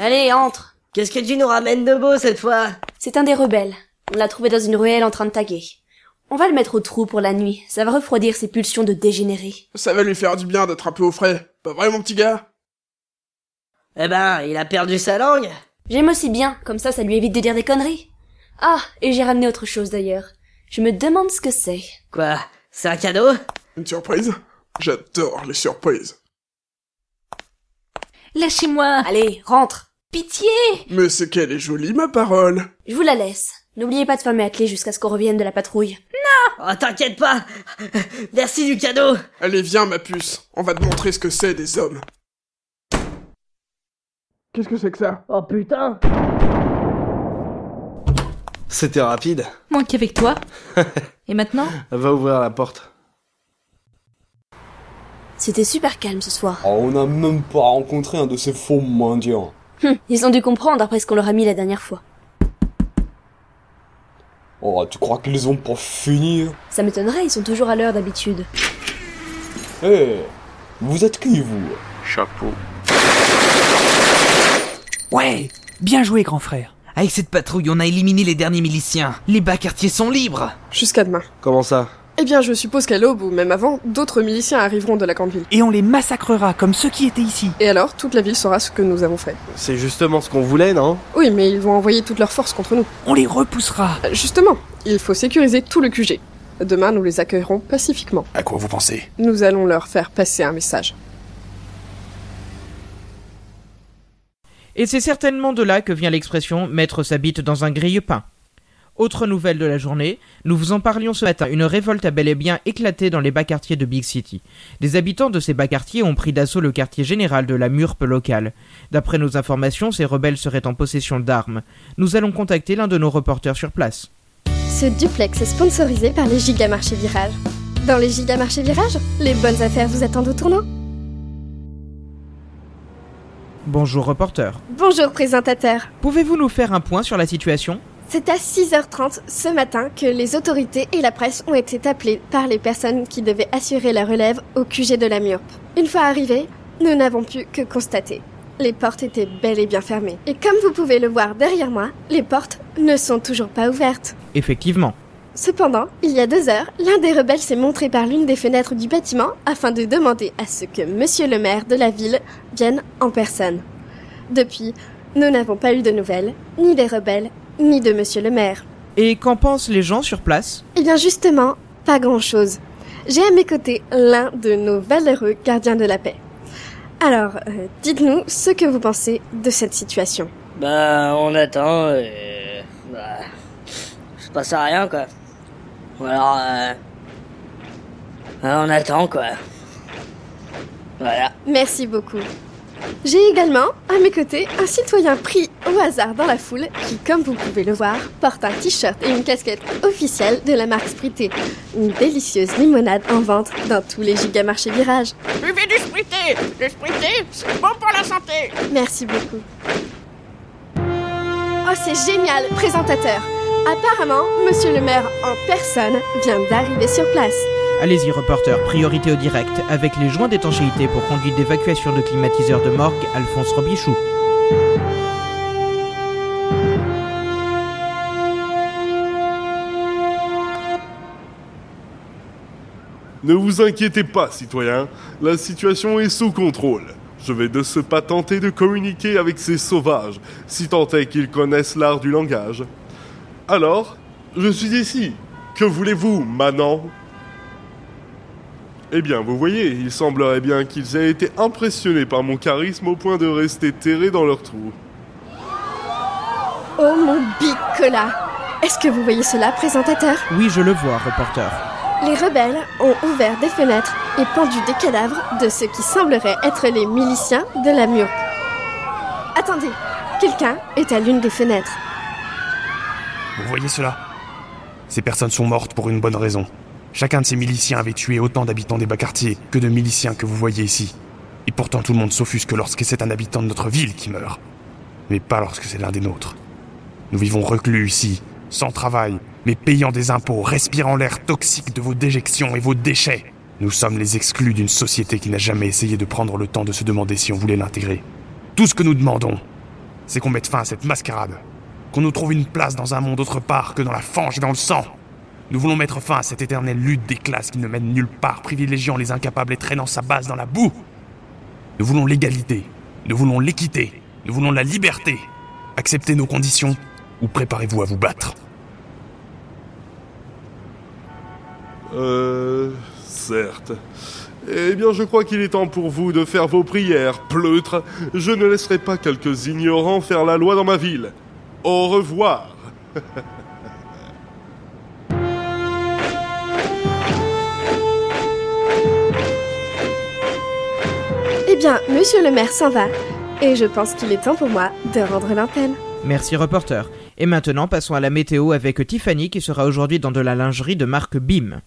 S8: Allez, entre Qu'est-ce que tu nous ramènes de beau cette fois
S11: C'est un des rebelles. On l'a trouvé dans une ruelle en train de taguer. On va le mettre au trou pour la nuit. Ça va refroidir ses pulsions de dégénéré.
S10: Ça va lui faire du bien d'être un peu au frais. Pas vrai, mon petit gars
S8: Eh ben, il a perdu sa langue
S11: J'aime aussi bien, comme ça ça lui évite de dire des conneries. Ah, et j'ai ramené autre chose d'ailleurs. Je me demande ce que c'est.
S8: Quoi C'est un cadeau
S10: Une surprise J'adore les surprises.
S12: Lâchez-moi
S11: Allez, rentre
S12: Pitié
S10: Mais c'est qu'elle est jolie, ma parole
S11: Je vous la laisse. N'oubliez pas de fermer la clé jusqu'à ce qu'on revienne de la patrouille.
S8: Oh, t'inquiète pas Merci du cadeau
S10: Allez, viens, ma puce. On va te montrer ce que c'est des hommes. Qu'est-ce que c'est que ça
S8: Oh putain
S5: C'était rapide.
S12: Moins qu'avec toi. Et maintenant
S5: Va ouvrir la porte.
S11: C'était super calme ce soir.
S2: Oh, on n'a même pas rencontré un de ces faux mendiants.
S11: Hum, ils ont dû comprendre après ce qu'on leur a mis la dernière fois.
S2: Oh, tu crois qu'ils ont pour finir
S11: Ça m'étonnerait, ils sont toujours à l'heure d'habitude.
S2: Eh, vous êtes qui, vous
S9: Chapeau.
S7: Ouais Bien joué, grand frère.
S6: Avec cette patrouille, on a éliminé les derniers miliciens. Les bas quartiers sont libres.
S3: Jusqu'à demain.
S5: Comment ça
S3: Eh bien, je suppose qu'à l'aube ou même avant, d'autres miliciens arriveront de la grande ville.
S7: Et on les massacrera comme ceux qui étaient ici.
S3: Et alors, toute la ville saura ce que nous avons fait.
S5: C'est justement ce qu'on voulait, non
S3: Oui, mais ils vont envoyer toutes leurs forces contre nous.
S7: On les repoussera.
S3: Euh, Justement, il faut sécuriser tout le QG. Demain, nous les accueillerons pacifiquement.
S13: À quoi vous pensez
S3: Nous allons leur faire passer un message.
S4: Et c'est certainement de là que vient l'expression mettre sa bite dans un grille-pain. Autre nouvelle de la journée, nous vous en parlions ce matin, une révolte a bel et bien éclaté dans les bas quartiers de Big City. Des habitants de ces bas quartiers ont pris d'assaut le quartier général de la Murpe locale. D'après nos informations, ces rebelles seraient en possession d'armes. Nous allons contacter l'un de nos reporters sur place.
S1: Ce duplex est sponsorisé par les Gigamarchés Virages. Dans les Gigamarchés Virages, les bonnes affaires vous attendent au tournant.
S4: Bonjour reporter.
S1: Bonjour présentateur.
S4: Pouvez-vous nous faire un point sur la situation
S1: C'est à 6h30 ce matin que les autorités et la presse ont été appelées par les personnes qui devaient assurer la relève au QG de la Murp. Une fois arrivés, nous n'avons pu que constater. Les portes étaient bel et bien fermées. Et comme vous pouvez le voir derrière moi, les portes ne sont toujours pas ouvertes.
S4: Effectivement.
S1: Cependant, il y a deux heures, l'un des rebelles s'est montré par l'une des fenêtres du bâtiment afin de demander à ce que monsieur le maire de la ville vienne en personne. Depuis, nous n'avons pas eu de nouvelles, ni des rebelles, ni de monsieur le maire.
S14: Et qu'en pensent les gens sur place
S1: Eh bien justement, pas grand-chose. J'ai à mes côtés l'un de nos valeureux gardiens de la paix. Alors, euh, dites-nous ce que vous pensez de cette situation.
S15: Bah, on attend et. Bah. Ça passe à rien, quoi. Ou alors. euh,
S8: Ah,
S15: euh, on attend, quoi. Voilà.
S1: Merci beaucoup. J'ai également, à mes côtés, un citoyen pris au hasard dans la foule qui, comme vous pouvez le voir, porte un t-shirt et une casquette officielle de la marque Sprité. Une délicieuse limonade en vente dans tous les gigamarchés virages.
S16: Buvez du sprité Le sprité, c'est bon pour la santé
S1: Merci beaucoup. Oh, c'est génial, présentateur. Apparemment, monsieur le maire en personne vient d'arriver sur place.
S4: Allez-y, reporter, priorité au direct, avec les joints d'étanchéité pour conduite d'évacuation de climatiseurs de morgue, Alphonse Robichou.
S2: Ne vous inquiétez pas, citoyens, la situation est sous contrôle. Je vais de ce pas tenter de communiquer avec ces sauvages, si tant est qu'ils connaissent l'art du langage. Alors, je suis ici. Que voulez-vous, manant Eh bien, vous voyez, il semblerait bien qu'ils aient été impressionnés par mon charisme au point de rester terrés dans leur trou.
S1: Oh mon bicola Est-ce que vous voyez cela, présentateur
S4: Oui, je le vois, reporter.
S1: Les rebelles ont ouvert des fenêtres et pendu des cadavres de ce qui semblerait être les miliciens de la Murque. Attendez, quelqu'un est à l'une des fenêtres.
S9: Vous voyez cela Ces personnes sont mortes pour une bonne raison. Chacun de ces miliciens avait tué autant d'habitants des bas quartiers que de miliciens que vous voyez ici. Et pourtant tout le monde s'offusque lorsque c'est un habitant de notre ville qui meurt. Mais pas lorsque c'est l'un des nôtres. Nous vivons reclus ici, sans travail, mais payant des impôts, respirant l'air toxique de vos déjections et vos déchets. Nous sommes les exclus d'une société qui n'a jamais essayé de prendre le temps de se demander si on voulait l'intégrer. Tout ce que nous demandons, c'est qu'on mette fin à cette mascarade, qu'on nous trouve une place dans un monde autre part que dans la fange et dans le sang. Nous voulons mettre fin à cette éternelle lutte des classes qui ne mène nulle part, privilégiant les incapables et traînant sa base dans la boue. Nous voulons l'égalité, nous voulons l'équité, nous voulons la liberté. Acceptez nos conditions ou préparez-vous à vous battre.
S2: Euh. Certes. Eh bien, je crois qu'il est temps pour vous de faire vos prières, pleutres. Je ne laisserai pas quelques ignorants faire la loi dans ma ville. Au revoir.
S1: Eh bien, monsieur le maire s'en va. Et je pense qu'il est temps pour moi de rendre l'antenne.
S4: Merci, reporter. Et maintenant, passons à la météo avec Tiffany qui sera aujourd'hui dans de la lingerie de marque BIM.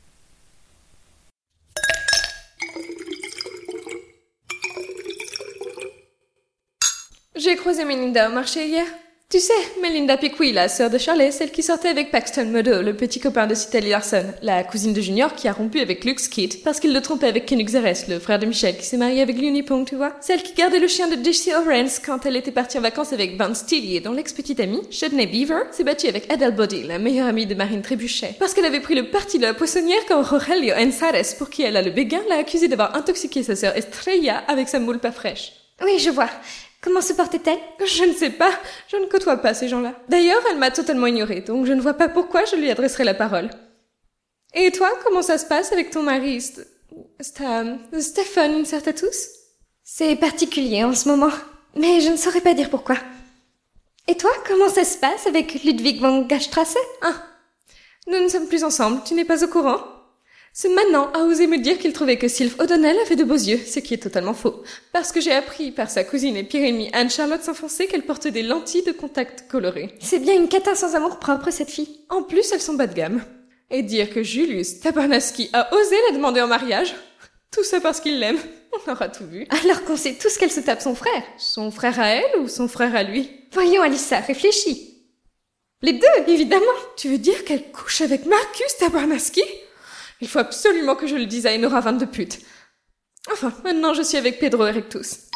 S17: J'ai croisé Melinda au marché hier. Tu sais, Melinda Piqui, la sœur de Shirley, celle qui sortait avec Paxton Modo, le petit copain de Citali Larson, la cousine de Junior qui a rompu avec Luke Skid parce qu'il le trompait avec Ken Xeres, le frère de Michel qui s'est marié avec Lunipong, tu vois. Celle qui gardait le chien de Jessie Orange quand elle était partie en vacances avec Van Steely et dont l'ex-petite amie, Shedney Beaver, s'est battue avec Adele Body, la meilleure amie de Marine Trébuchet, parce qu'elle avait pris le parti de la poissonnière quand Rogelio Ensares, pour qui elle a le béguin, l'a accusée d'avoir intoxiqué sa sœur Estrella avec sa moule pas fraîche.
S11: Oui, je vois. Comment se portait-elle
S17: Je ne sais pas, je ne côtoie pas ces gens-là. D'ailleurs, elle m'a totalement ignorée, donc je ne vois pas pourquoi je lui adresserais la parole. Et toi, comment ça se passe avec ton mari St- Sta- Stéphane, certes à tous
S11: C'est particulier en ce moment, mais je ne saurais pas dire pourquoi. Et toi, comment ça se passe avec Ludwig van Gastrasse
S17: Ah, nous ne sommes plus ensemble, tu n'es pas au courant ce maintenant a osé me dire qu'il trouvait que Sylph O'Donnell avait de beaux yeux, ce qui est totalement faux. Parce que j'ai appris par sa cousine et pire ennemie Anne-Charlotte Saint-Foncé qu'elle porte des lentilles de contact colorées.
S11: C'est bien une catin sans amour propre, cette fille.
S17: En plus, elles sont bas de gamme. Et dire que Julius Tabarnaski a osé la demander en mariage Tout ça parce qu'il l'aime. On aura tout vu.
S11: Alors qu'on sait tous qu'elle se tape son frère.
S17: Son frère à elle ou son frère à lui
S11: Voyons, Alissa, réfléchis.
S17: Les deux, évidemment Tu veux dire qu'elle couche avec Marcus Tabarnaski il faut absolument que je le dise à Enora 22 putes. Enfin, maintenant je suis avec Pedro Erectus.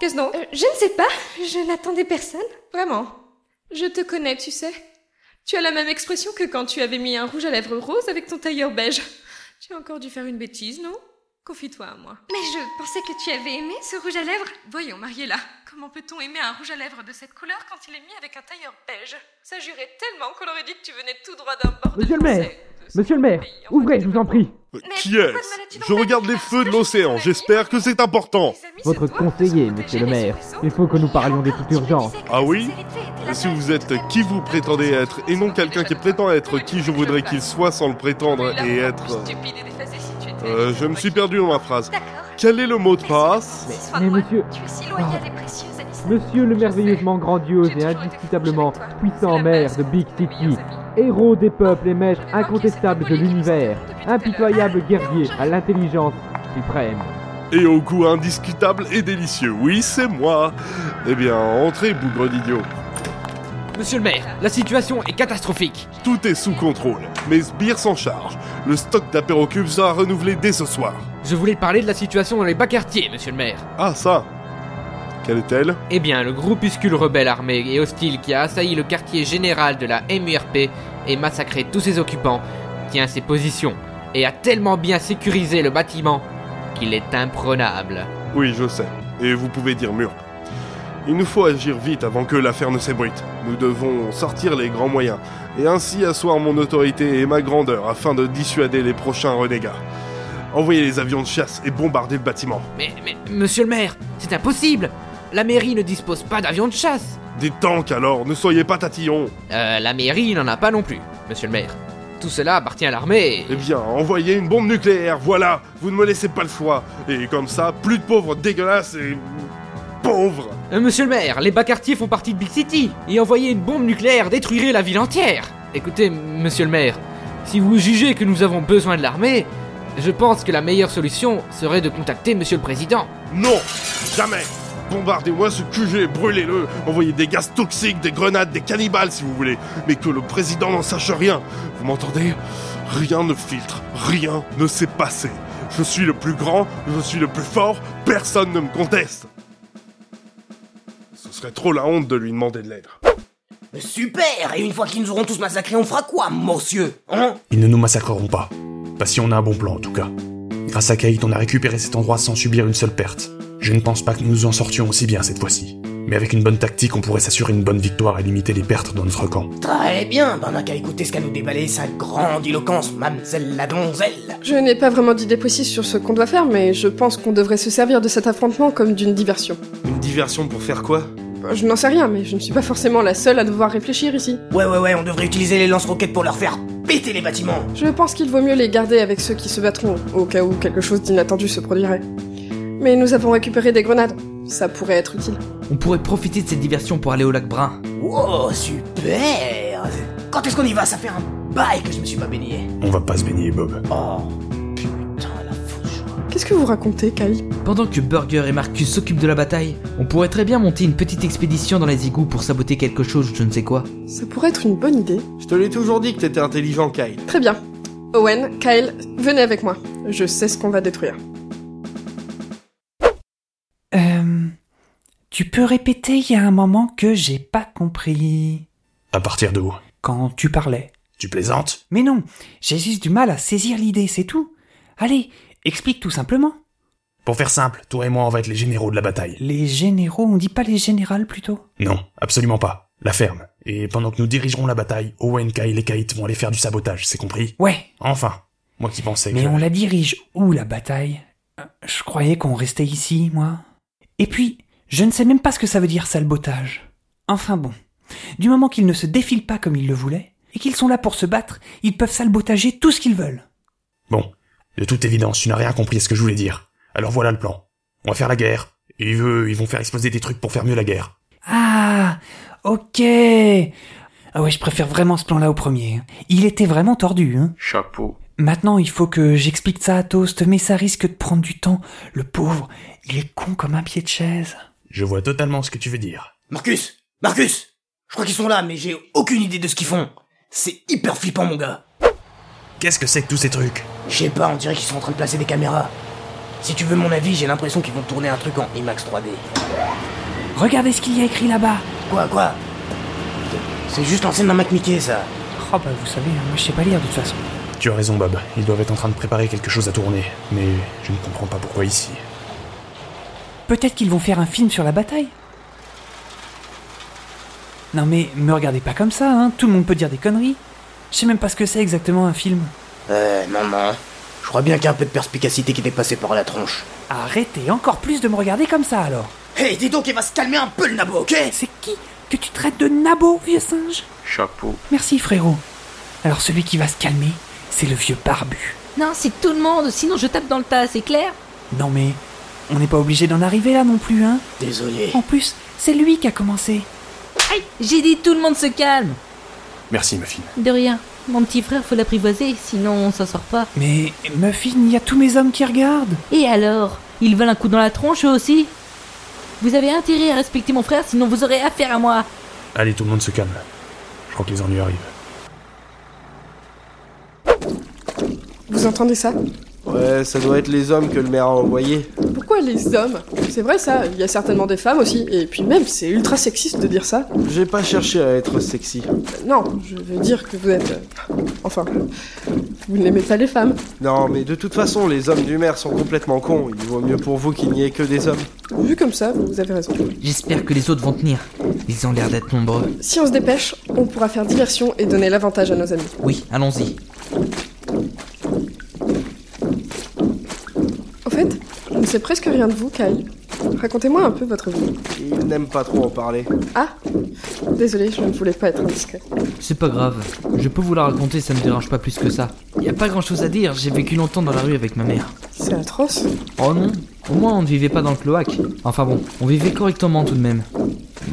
S17: Qu'est-ce donc
S11: Euh, je ne sais pas, je n'attendais personne.
S17: Vraiment. Je te connais, tu sais. Tu as la même expression que quand tu avais mis un rouge à lèvres rose avec ton tailleur beige. Tu as encore dû faire une bêtise, non Confie-toi à moi.
S11: Mais je pensais que tu avais aimé ce rouge à lèvres.
S17: Voyons, Mariella, comment peut-on aimer un rouge à lèvres de cette couleur quand il est mis avec un tailleur beige Ça jurait tellement qu'on aurait dit que tu venais tout droit d'un bord.
S18: Monsieur le maire Monsieur le maire Ouvrez, je vous en prie
S2: Qui est-ce Je regarde les feux de l'océan, j'espère que c'est important
S18: Votre conseiller, monsieur le maire. Il faut que nous parlions des toute urgences.
S2: Ah oui Si vous êtes qui vous prétendez être, et non quelqu'un qui prétend être qui je voudrais qu'il soit sans le prétendre et être...
S17: Stupide et déphasé si tu étais.
S2: Euh, je me suis perdu dans ma phrase. Quel est le mot de passe
S18: Mais monsieur...
S17: Tu es si loyale et précieuse, Alice.
S18: Monsieur le merveilleusement grandiose et indiscutablement puissant maire de Big City, héros des peuples et maître incontestable de l'univers, impitoyable guerrier à l'intelligence suprême.
S2: Et au goût indiscutable et délicieux, oui c'est moi Eh bien, entrez, bougre d'idiot
S19: Monsieur le maire, la situation est catastrophique.
S2: Tout est sous contrôle, mes sbires s'en chargent. Le stock d'apérocubes sera renouvelé dès ce soir.
S19: Je voulais parler de la situation dans les bas quartiers, monsieur le maire.
S2: Ah ça Quelle est-elle
S19: Eh bien, le groupuscule rebelle armé et hostile qui a assailli le quartier général de la MURP et massacré tous ses occupants tient ses positions et a tellement bien sécurisé le bâtiment qu'il est imprenable.
S2: Oui, je sais. Et vous pouvez dire mur. Il nous faut agir vite avant que l'affaire ne s'ébruite. Nous devons sortir les grands moyens, et ainsi asseoir mon autorité et ma grandeur afin de dissuader les prochains renégats. Envoyez les avions de chasse et bombardez le bâtiment.
S19: Mais, mais, monsieur le maire, c'est impossible La mairie ne dispose pas d'avions de chasse
S2: Des tanks alors, ne soyez pas tatillons
S19: Euh, la mairie n'en a pas non plus, monsieur le maire. Tout cela appartient à l'armée.
S2: Eh bien, envoyez une bombe nucléaire, voilà Vous ne me laissez pas le choix Et comme ça, plus de pauvres dégueulasses et... pauvres
S19: Euh, monsieur le maire, les bas quartiers font partie de Big City, et envoyer une bombe nucléaire détruirait la ville entière Écoutez, monsieur le maire, si vous jugez que nous avons besoin de l'armée, je pense que la meilleure solution serait de contacter monsieur le président.
S2: Non Jamais Bombardez-moi ce QG, brûlez-le, envoyez des gaz toxiques, des grenades, des cannibales si vous voulez, mais que le président n'en sache rien. Vous m'entendez Rien ne filtre, rien ne s'est passé. Je suis le plus grand, je suis le plus fort, personne ne me conteste. Ce serait trop la honte de lui demander de l'aide.
S8: Super Et une fois qu'ils nous auront tous massacrés, on fera quoi, monsieur Hein
S9: Ils ne nous massacreront pas. Pas si on a un bon plan en tout cas. Grâce à Kate, on a récupéré cet endroit sans subir une seule perte. Je ne pense pas que nous en sortions aussi bien cette fois-ci. Mais avec une bonne tactique, on pourrait s'assurer une bonne victoire et limiter les pertes dans notre camp.
S8: Très bien, ben on n'a qu'à écouter ce qu'a nous déballé sa grande éloquence, mademoiselle la donzelle.
S3: Je n'ai pas vraiment d'idée précise sur ce qu'on doit faire, mais je pense qu'on devrait se servir de cet affrontement comme d'une diversion.
S5: Une diversion pour faire quoi
S3: Bah, Je n'en sais rien, mais je ne suis pas forcément la seule à devoir réfléchir ici.
S8: Ouais, ouais, ouais, on devrait utiliser les lance-roquettes pour leur faire péter les bâtiments.
S3: Je pense qu'il vaut mieux les garder avec ceux qui se battront, au cas où quelque chose d'inattendu se produirait. Mais nous avons récupéré des grenades. Ça pourrait être utile.
S6: On pourrait profiter de cette diversion pour aller au lac Brun.
S8: Wow, super Quand est-ce qu'on y va Ça fait un bail que je me suis pas baigné.
S9: On va pas se baigner, Bob.
S3: Qu'est-ce que vous racontez, Kyle
S6: Pendant que Burger et Marcus s'occupent de la bataille, on pourrait très bien monter une petite expédition dans les égouts pour saboter quelque chose ou je ne sais quoi.
S3: Ça pourrait être une bonne idée.
S5: Je te l'ai toujours dit que t'étais intelligent, Kyle.
S3: Très bien. Owen, Kyle, venez avec moi. Je sais ce qu'on va détruire.
S7: Euh, tu peux répéter, il y a un moment que j'ai pas compris.
S9: À partir de où
S7: Quand tu parlais.
S9: Tu plaisantes
S7: Mais non, j'ai juste du mal à saisir l'idée, c'est tout. Allez, explique tout simplement.
S9: Pour faire simple, toi et moi, on va être les généraux de la bataille.
S7: Les généraux, on dit pas les générales plutôt
S9: Non, absolument pas. La ferme. Et pendant que nous dirigerons la bataille, Owen, Kyle et Kate vont aller faire du sabotage, c'est compris
S7: Ouais.
S9: Enfin. Moi qui pensais que...
S7: Mais on la dirige où la bataille Euh, Je croyais qu'on restait ici, moi. Et puis, je ne sais même pas ce que ça veut dire salbotage. Enfin bon, du moment qu'ils ne se défilent pas comme ils le voulaient, et qu'ils sont là pour se battre, ils peuvent salbotager tout ce qu'ils veulent.
S9: Bon, de toute évidence, tu n'as rien compris à ce que je voulais dire. Alors voilà le plan. On va faire la guerre. Et eux, ils vont faire exploser des trucs pour faire mieux la guerre.
S7: Ah, ok. Ah ouais, je préfère vraiment ce plan-là au premier. hein. Il était vraiment tordu, hein.
S20: Chapeau.
S7: Maintenant, il faut que j'explique ça à Toast, mais ça risque de prendre du temps. Le pauvre, il est con comme un pied de chaise.
S9: Je vois totalement ce que tu veux dire.
S8: Marcus Marcus Je crois qu'ils sont là, mais j'ai aucune idée de ce qu'ils font. C'est hyper flippant, mon gars.
S9: Qu'est-ce que c'est que tous ces trucs
S8: Je sais pas, on dirait qu'ils sont en train de placer des caméras. Si tu veux mon avis, j'ai l'impression qu'ils vont tourner un truc en IMAX 3D.
S7: Regardez ce qu'il y a écrit là-bas.
S8: Quoi, quoi C'est juste l'ancienne d'un Mac Mickey, ça.
S7: Oh bah vous savez, moi je sais pas lire de toute façon.
S9: Tu as raison, Bob. Ils doivent être en train de préparer quelque chose à tourner. Mais je ne comprends pas pourquoi ici.
S7: Peut-être qu'ils vont faire un film sur la bataille. Non mais me regardez pas comme ça, hein. Tout le monde peut dire des conneries. Je sais même pas ce que c'est exactement un film.
S8: Euh, non, non. Je crois bien qu'il y a un peu de perspicacité qui t'est passé par la tronche.
S7: Arrêtez encore plus de me regarder comme ça alors.
S8: Hey, dis donc, il va se calmer un peu le nabo, ok
S7: C'est qui que tu traites de nabo, vieux singe
S20: Chapeau.
S7: Merci frérot. Alors celui qui va se calmer, c'est le vieux barbu.
S12: Non, c'est tout le monde, sinon je tape dans le tas, c'est clair
S7: Non mais, on n'est pas obligé d'en arriver là non plus, hein
S8: Désolé.
S7: En plus, c'est lui qui a commencé.
S12: Aïe J'ai dit tout le monde se calme
S9: Merci, ma fille.
S12: De rien. Mon petit frère, faut l'apprivoiser, sinon on s'en sort pas.
S7: Mais Muffin, il y a tous mes hommes qui regardent.
S12: Et alors Ils veulent un coup dans la tronche eux aussi Vous avez intérêt à respecter mon frère, sinon vous aurez affaire à moi
S9: Allez, tout le monde se calme. Je crois que les ennuis arrivent.
S3: Vous entendez ça
S5: Ouais, ça doit être les hommes que le maire a envoyés.
S3: Pourquoi les hommes C'est vrai ça, il y a certainement des femmes aussi, et puis même c'est ultra sexiste de dire ça.
S5: J'ai pas cherché à être sexy.
S3: Non, je veux dire que vous êtes... euh, Enfin, vous n'aimez pas les femmes.
S5: Non, mais de toute façon, les hommes du maire sont complètement cons. Il vaut mieux pour vous qu'il n'y ait que des hommes.
S3: Vu comme ça, vous avez raison.
S6: J'espère que les autres vont tenir. Ils ont l'air d'être nombreux.
S3: Si on se dépêche, on pourra faire diversion et donner l'avantage à nos amis.
S6: Oui, allons-y.
S3: Au fait, je ne sais presque rien de vous, Kyle. Racontez-moi un peu votre vie.
S5: Ils n'aiment pas trop en parler.
S3: Ah Désolée, je ne voulais pas être indiscret.
S6: C'est pas grave. Je peux vous la raconter, ça me dérange pas plus que ça. Y a pas grand chose à dire, j'ai vécu longtemps dans la rue avec ma mère.
S3: C'est atroce.
S6: Oh non, au moins on ne vivait pas dans le cloaque. Enfin bon, on vivait correctement tout de même.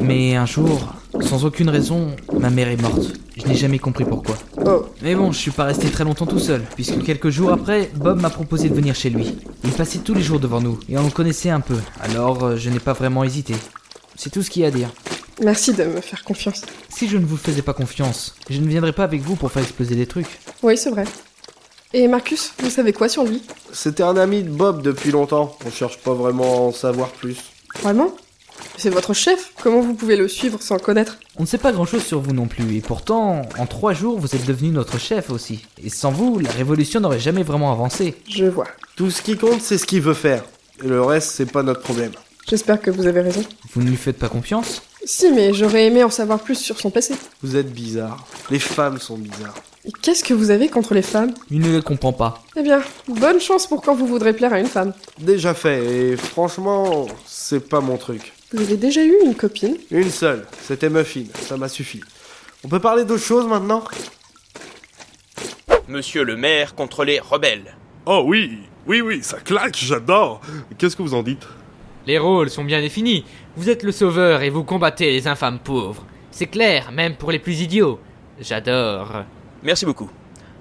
S6: Mais un jour, sans aucune raison, ma mère est morte. Je n'ai jamais compris pourquoi.
S3: Oh.
S6: Mais bon, je suis pas resté très longtemps tout seul, puisque quelques jours après, Bob m'a proposé de venir chez lui. Il passait tous les jours devant nous, et on le connaissait un peu, alors euh, je n'ai pas vraiment hésité. C'est tout ce qu'il y a à dire.
S3: Merci de me faire confiance.
S6: Si je ne vous faisais pas confiance, je ne viendrais pas avec vous pour faire exploser des trucs.
S3: Oui, c'est vrai. Et Marcus, vous savez quoi sur lui
S5: C'était un ami de Bob depuis longtemps. On cherche pas vraiment à en savoir plus.
S3: Vraiment C'est votre chef Comment vous pouvez le suivre sans le connaître
S6: On ne sait pas grand chose sur vous non plus, et pourtant, en trois jours, vous êtes devenu notre chef aussi. Et sans vous, la révolution n'aurait jamais vraiment avancé.
S3: Je vois.
S5: Tout ce qui compte, c'est ce qu'il veut faire. Et le reste, c'est pas notre problème.
S3: J'espère que vous avez raison.
S6: Vous ne lui faites pas confiance
S3: Si, mais j'aurais aimé en savoir plus sur son passé.
S5: Vous êtes bizarre. Les femmes sont bizarres.
S3: Et qu'est-ce que vous avez contre les femmes
S6: Il ne le comprend pas.
S3: Eh bien, bonne chance pour quand vous voudrez plaire à une femme.
S5: Déjà fait, et franchement, c'est pas mon truc.
S3: Vous avez déjà eu une copine
S5: Une seule, c'était Muffin, ça m'a suffi. On peut parler d'autre chose maintenant
S21: Monsieur le maire contre les rebelles.
S2: Oh oui, oui, oui, ça claque, j'adore. Qu'est-ce que vous en dites
S19: Les rôles sont bien définis. Vous êtes le sauveur et vous combattez les infâmes pauvres. C'est clair, même pour les plus idiots. J'adore.
S21: Merci beaucoup.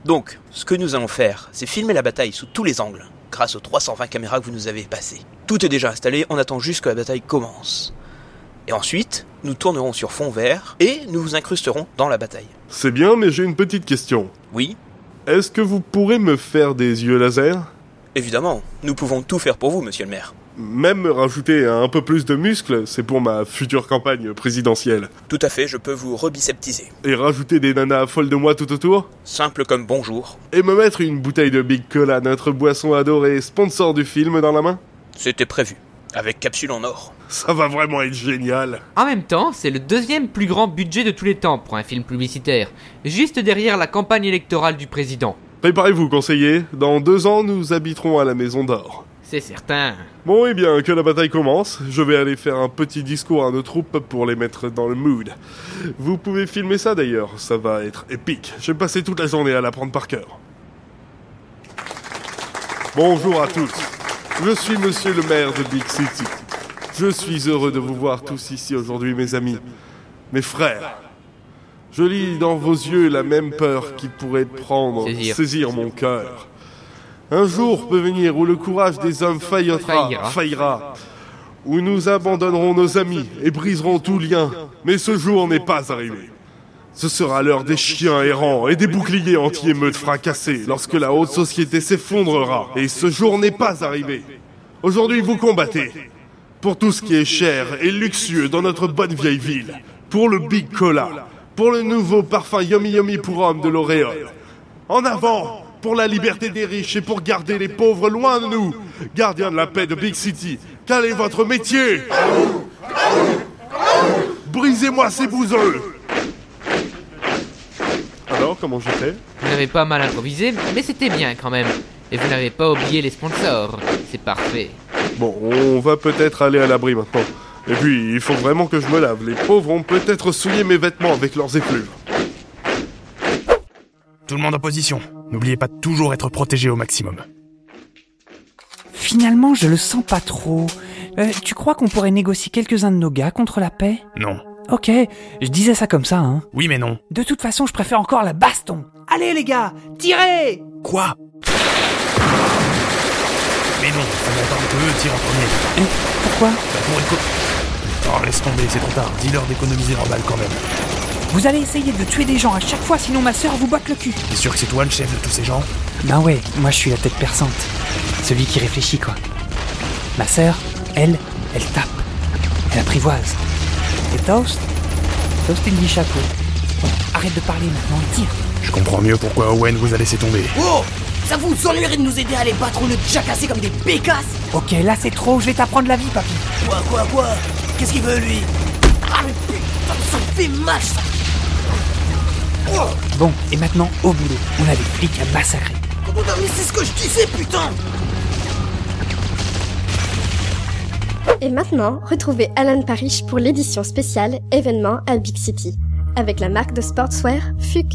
S21: Donc, ce que nous allons faire, c'est filmer la bataille sous tous les angles, grâce aux 320 caméras que vous nous avez passées. Tout est déjà installé, on attend juste que la bataille commence. Et ensuite, nous tournerons sur fond vert et nous vous incrusterons dans la bataille.
S2: C'est bien, mais j'ai une petite question.
S21: Oui,
S2: Est-ce que vous pourrez me faire des yeux laser
S21: évidemment, nous pouvons tout faire pour vous, monsieur le maire.
S2: Même me rajouter un peu plus de muscles, c'est pour ma future campagne présidentielle.
S21: Tout à fait, je peux vous rebiceptiser.
S2: Et rajouter des nanas folles de moi tout autour
S21: Simple comme bonjour.
S2: Et me mettre une bouteille de Big Cola, notre boisson adorée, sponsor du film, dans la main
S21: C'était prévu. Avec capsule en or.
S2: Ça va vraiment être génial.
S19: En même temps, c'est le deuxième plus grand budget de tous les temps pour un film publicitaire, juste derrière la campagne électorale du président.
S2: Préparez-vous, conseiller. Dans deux ans, nous habiterons à la Maison d'Or.
S19: C'est certain.
S2: Bon, eh bien, que la bataille commence. Je vais aller faire un petit discours à nos troupes pour les mettre dans le mood. Vous pouvez filmer ça d'ailleurs, ça va être épique. J'ai passé toute la journée à l'apprendre par cœur. Bonjour à tous. Je suis monsieur le maire de Big City. Je suis heureux de vous voir tous ici aujourd'hui, mes amis, mes frères. Je lis dans vos yeux la même peur qui pourrait prendre,
S19: Saisir.
S2: saisir mon cœur. Un jour peut venir où le courage des hommes faillira,
S19: Faillira.
S2: faillira, où nous abandonnerons nos amis et briserons tout lien. Mais ce jour n'est pas arrivé. Ce sera l'heure des chiens errants et des boucliers anti-émeutes fracassés lorsque la haute société s'effondrera. Et ce jour n'est pas arrivé. Aujourd'hui, vous combattez. Pour tout ce qui est cher et luxueux dans notre bonne vieille ville. Pour le Big Cola. pour le nouveau parfum Yomi Yomi pour hommes de l'Oréal. En avant pour la liberté des riches et pour garder les pauvres loin de nous. Gardien de la paix de Big City, quel est votre métier Brisez-moi ces bouseux Alors, comment j'étais
S19: Vous n'avez pas mal improvisé, mais c'était bien quand même. Et vous n'avez pas oublié les sponsors. C'est parfait.
S2: Bon, on va peut-être aller à l'abri maintenant. Et puis, il faut vraiment que je me lave. Les pauvres ont peut-être souillé mes vêtements avec leurs effluves.
S9: Tout le monde en position. N'oubliez pas de toujours être protégé au maximum.
S7: Finalement, je le sens pas trop. Euh, tu crois qu'on pourrait négocier quelques-uns de nos gars contre la paix
S9: Non.
S7: Ok, je disais ça comme ça, hein.
S9: Oui, mais non.
S7: De toute façon, je préfère encore la baston. Allez les gars, tirez
S9: Quoi Mais non, faut attendre que eux tirent en premier.
S7: Pourquoi
S9: Bah, pour éco- Oh, laisse tomber, c'est trop tard. Dis-leur d'économiser leurs balles quand même.
S7: Vous allez essayer de tuer des gens à chaque fois, sinon ma sœur vous botte le cul.
S9: T'es sûr que c'est toi le chef de tous ces gens
S7: Ben ouais, moi je suis la tête perçante. Celui qui réfléchit, quoi. Ma sœur, elle, elle tape. Elle apprivoise. Et Toast Toast, il dit chapeau. Bon, arrête de parler maintenant, et tire.
S9: Je comprends mieux pourquoi Owen vous a laissé tomber.
S8: Oh Ça vous ennuierait de nous aider à les battre au lieu de jacasser comme des pécasses
S7: Ok, là c'est trop, je vais t'apprendre la vie, papy.
S8: Quoi, quoi, quoi Qu'est-ce qu'il veut, lui Ah, mais putain, ça me fait mal, ça Oh
S7: Bon, et maintenant, au boulot. On a des flics à massacrer.
S8: Commandant, mais c'est ce que je disais, putain
S1: Et maintenant, retrouvez Alan Parrish pour l'édition spéciale événement à Big City avec la marque de sportswear FUC.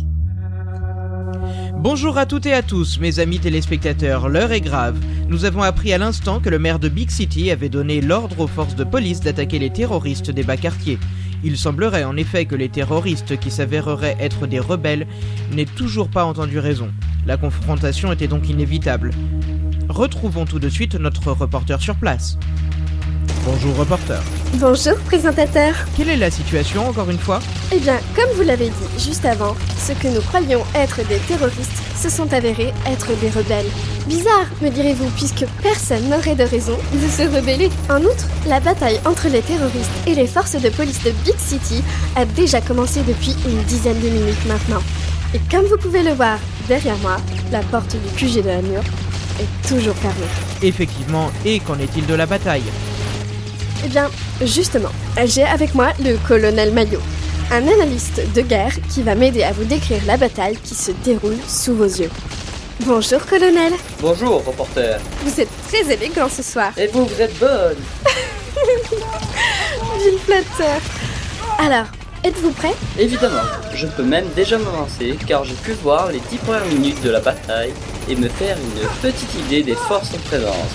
S4: Bonjour à toutes et à tous, mes amis téléspectateurs, l'heure est grave. Nous avons appris à l'instant que le maire de Big City avait donné l'ordre aux forces de police d'attaquer les terroristes des bas quartiers. Il semblerait en effet que les terroristes qui s'avéreraient être des rebelles n'aient toujours pas entendu raison. La confrontation était donc inévitable. Retrouvons tout de suite notre reporter sur place. Bonjour reporter.
S1: Bonjour présentateur.
S4: Quelle est la situation encore une fois
S1: Eh bien, comme vous l'avez dit juste avant, ce que nous croyions être des terroristes se sont avérés être des rebelles. Bizarre, me direz-vous, puisque personne n'aurait de raison de se rebeller. En outre, la bataille entre les terroristes et les forces de police de Big City a déjà commencé depuis une dizaine de minutes maintenant. Et comme vous pouvez le voir derrière moi, la porte du QG de la mur est toujours fermée.
S4: Effectivement, et qu'en est-il de la bataille
S1: Eh bien, justement, j'ai avec moi le colonel Maillot, un analyste de guerre qui va m'aider à vous décrire la bataille qui se déroule sous vos yeux. Bonjour, colonel.
S22: Bonjour, reporter.
S1: Vous êtes très élégant ce soir.
S22: Et vous, vous êtes bonne.
S1: [laughs] Ville flatteur. Alors, êtes-vous prêt
S22: Évidemment, je peux même déjà m'avancer car j'ai pu voir les 10 premières minutes de la bataille et me faire une petite idée des forces en présence.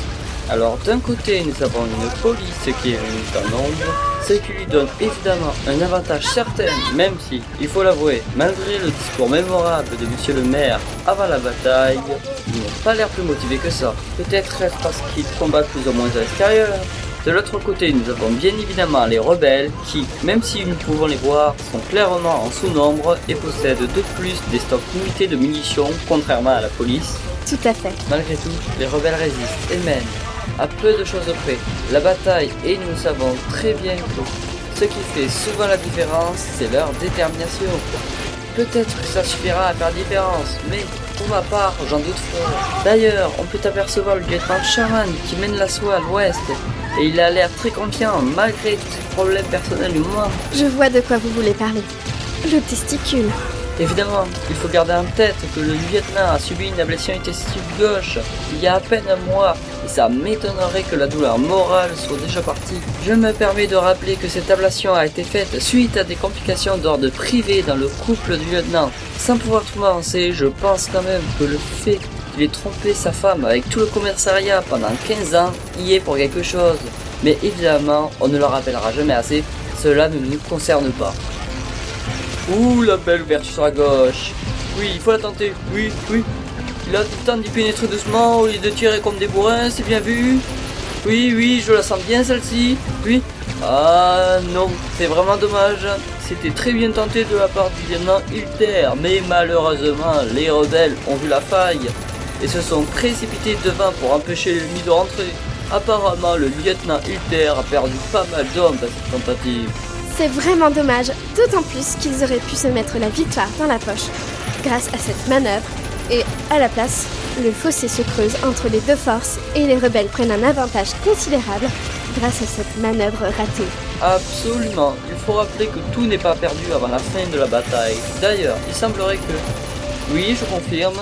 S22: Alors d'un côté nous avons une police qui est réunie en nombre, ce qui lui donne évidemment un avantage certain, même si, il faut l'avouer, malgré le discours mémorable de monsieur le maire avant la bataille, ils n'ont pas l'air plus motivés que ça. Peut-être est-ce parce qu'ils combattent plus ou moins à l'extérieur, de l'autre côté, nous avons bien évidemment les rebelles qui, même si nous pouvons les voir, sont clairement en sous-nombre et possèdent de plus des stocks limités de munitions, contrairement à la police.
S1: Tout à fait.
S22: Malgré tout, les rebelles résistent et mènent, à peu de choses près, la bataille et nous savons très bien que ce qui fait souvent la différence, c'est leur détermination. Peut-être que ça suffira à faire différence, mais pour ma part, j'en doute fort. D'ailleurs, on peut apercevoir le lieutenant Sharon qui mène la soie à l'ouest, et il a l'air très confiant malgré tous ses problèmes personnels du moment.
S1: Je vois de quoi vous voulez parler. Le testicule.
S22: Évidemment, il faut garder en tête que le lieutenant a subi une ablation intestinale gauche il y a à peine un mois, et ça m'étonnerait que la douleur morale soit déjà partie. Je me permets de rappeler que cette ablation a été faite suite à des complications d'ordre privé dans le couple du lieutenant. Sans pouvoir tout avancer, je pense quand même que le fait qu'il ait trompé sa femme avec tout le commissariat pendant 15 ans y est pour quelque chose. Mais évidemment, on ne le rappellera jamais assez, cela ne nous concerne pas. Ouh, la belle ouverture sur la gauche. Oui, il faut la tenter. Oui, oui. Il a le temps d'y pénétrer doucement au lieu de tirer comme des bourrins, c'est bien vu. Oui, oui, je la sens bien celle-ci. Oui. Ah non, c'est vraiment dommage. C'était très bien tenté de la part du lieutenant Hilter, mais malheureusement, les rebelles ont vu la faille et se sont précipités devant pour empêcher l'ennemi de rentrer. Apparemment, le lieutenant Hilter a perdu pas mal d'hommes dans cette tentative.
S1: C'est vraiment dommage, d'autant plus qu'ils auraient pu se mettre la victoire dans la poche. Grâce à cette manœuvre, et à la place, le fossé se creuse entre les deux forces et les rebelles prennent un avantage considérable grâce à cette manœuvre ratée.
S22: Absolument, il faut rappeler que tout n'est pas perdu avant la fin de la bataille. D'ailleurs, il semblerait que... Oui, je confirme,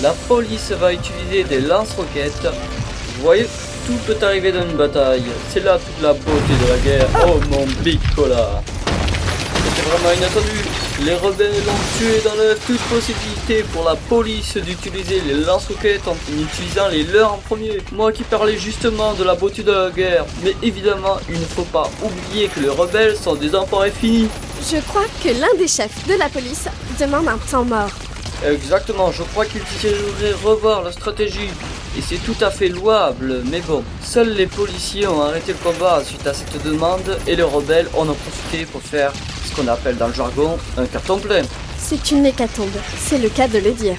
S22: la police va utiliser des lance-roquettes. Vous voyez, tout peut arriver dans une bataille. C'est là toute la beauté de la guerre. Oh mon bicola C'était vraiment inattendu. Les rebelles ont tué dans l'œuf toute possibilité pour la police d'utiliser les lance-roquettes en utilisant les leurs en premier. Moi qui parlais justement de la beauté de la guerre. Mais évidemment, il ne faut pas oublier que les rebelles sont des enfants infinis.
S1: Je crois que l'un des chefs de la police demande un temps mort.
S22: Exactement, je crois qu'il faudrait revoir la stratégie. Et c'est tout à fait louable, mais bon. Seuls les policiers ont arrêté le combat suite à cette demande et les rebelles en ont profité pour faire ce qu'on appelle dans le jargon un carton plein.
S1: C'est une hécatombe, c'est le cas de le dire.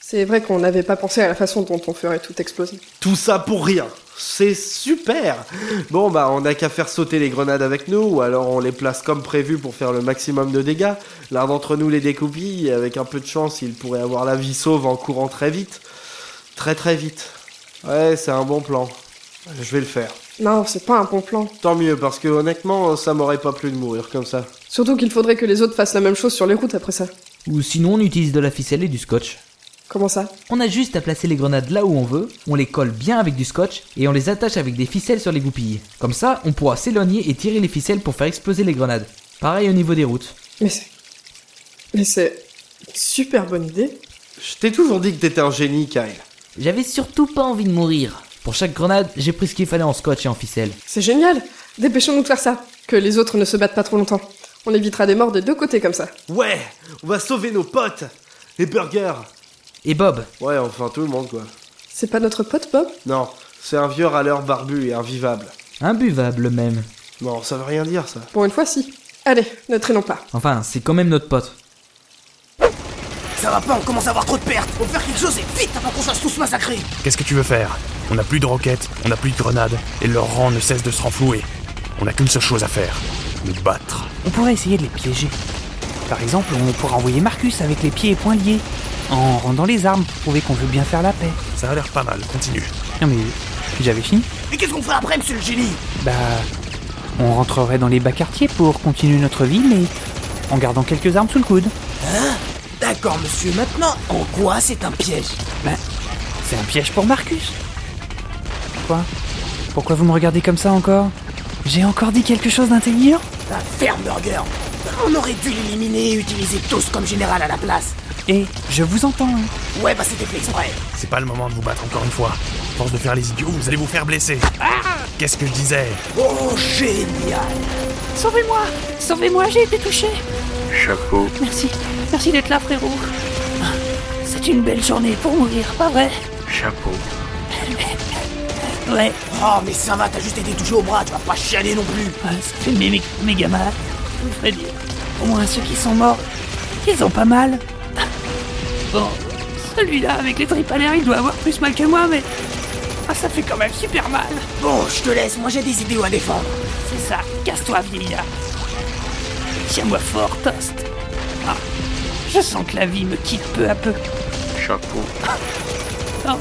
S3: C'est vrai qu'on n'avait pas pensé à la façon dont on ferait tout exploser.
S5: Tout ça pour rien. C'est super Bon bah on n'a qu'à faire sauter les grenades avec nous, ou alors on les place comme prévu pour faire le maximum de dégâts. L'un d'entre nous les découpille, et avec un peu de chance il pourrait avoir la vie sauve en courant très vite. Très très vite. Ouais c'est un bon plan. Je vais le faire.
S3: Non, c'est pas un bon plan.
S5: Tant mieux, parce que honnêtement ça m'aurait pas plu de mourir comme ça.
S3: Surtout qu'il faudrait que les autres fassent la même chose sur les routes après ça.
S6: Ou sinon on utilise de la ficelle et du scotch.
S3: Comment ça
S6: On a juste à placer les grenades là où on veut, on les colle bien avec du scotch et on les attache avec des ficelles sur les goupilles. Comme ça, on pourra s'éloigner et tirer les ficelles pour faire exploser les grenades. Pareil au niveau des routes.
S3: Mais c'est. Mais c'est. une Super bonne idée.
S5: Je t'ai toujours dit que t'étais un génie, Kyle.
S6: J'avais surtout pas envie de mourir. Pour chaque grenade, j'ai pris ce qu'il fallait en scotch et en ficelle.
S3: C'est génial Dépêchons-nous de faire ça. Que les autres ne se battent pas trop longtemps. On évitera des morts des deux côtés comme ça.
S5: Ouais On va sauver nos potes Et Burger
S6: Et Bob
S5: Ouais, enfin tout le monde quoi.
S3: C'est pas notre pote, Bob
S5: Non, c'est un vieux râleur barbu et invivable.
S6: Imbuvable même.
S5: Non, ça veut rien dire ça.
S3: Pour une fois, si. Allez, ne traînons pas.
S6: Enfin, c'est quand même notre pote.
S8: Ça va pas, on commence à avoir trop de pertes. On va faire quelque chose et vite avant qu'on soit tous massacrés.
S9: Qu'est-ce que tu veux faire On n'a plus de roquettes, on n'a plus de grenades, et leur rang ne cesse de se renflouer. On n'a qu'une seule chose à faire nous battre.
S7: On pourrait essayer de les piéger. Par exemple, on pourrait envoyer Marcus avec les pieds et poings liés, en rendant les armes pour prouver qu'on veut bien faire la paix.
S9: Ça a l'air pas mal, continue.
S7: Non mais j'avais fini.
S8: Mais qu'est-ce qu'on fait après, monsieur le génie
S7: Bah, on rentrerait dans les bas quartiers pour continuer notre vie, mais en gardant quelques armes sous le coude.
S8: Hein D'accord, monsieur, maintenant, en quoi c'est un piège
S7: Ben, c'est un piège pour Marcus. Quoi Pourquoi vous me regardez comme ça encore J'ai encore dit quelque chose d'intelligent
S8: Un ferme burger. On aurait dû l'éliminer et utiliser tous comme général à la place.
S7: Et je vous entends. hein.
S8: Ouais, bah c'était fait exprès.
S9: C'est pas le moment de vous battre encore une fois. À Force de faire les idiots, vous allez vous faire blesser.
S7: Ah
S9: Qu'est-ce que je disais
S8: Oh, génial
S10: Sauvez-moi Sauvez-moi, j'ai été touché
S20: chapeau,
S10: Merci. Merci d'être là, frérot. C'est une belle journée pour mourir, pas vrai
S20: chapeau.
S10: Ouais,
S8: Oh, mais ça va, t'as juste été touché au bras, tu vas pas chialer non plus.
S10: ouais, Ah, ça fait mé mé- méga mal. Je veux dire, Au moins ceux qui sont morts, ils ont pas mal. Bon, celui-là avec les tripes à l'air, il doit avoir plus mal que moi, mais... Ah, ça fait quand même super mal.
S8: Bon, je te laisse, moi j'ai des idéaux à défendre.
S10: C'est ça, casse-toi, vieillard. Tiens-moi fort, Toast. Ah, je sens que la vie me quitte peu à peu.
S20: Chapeau,
S10: Non,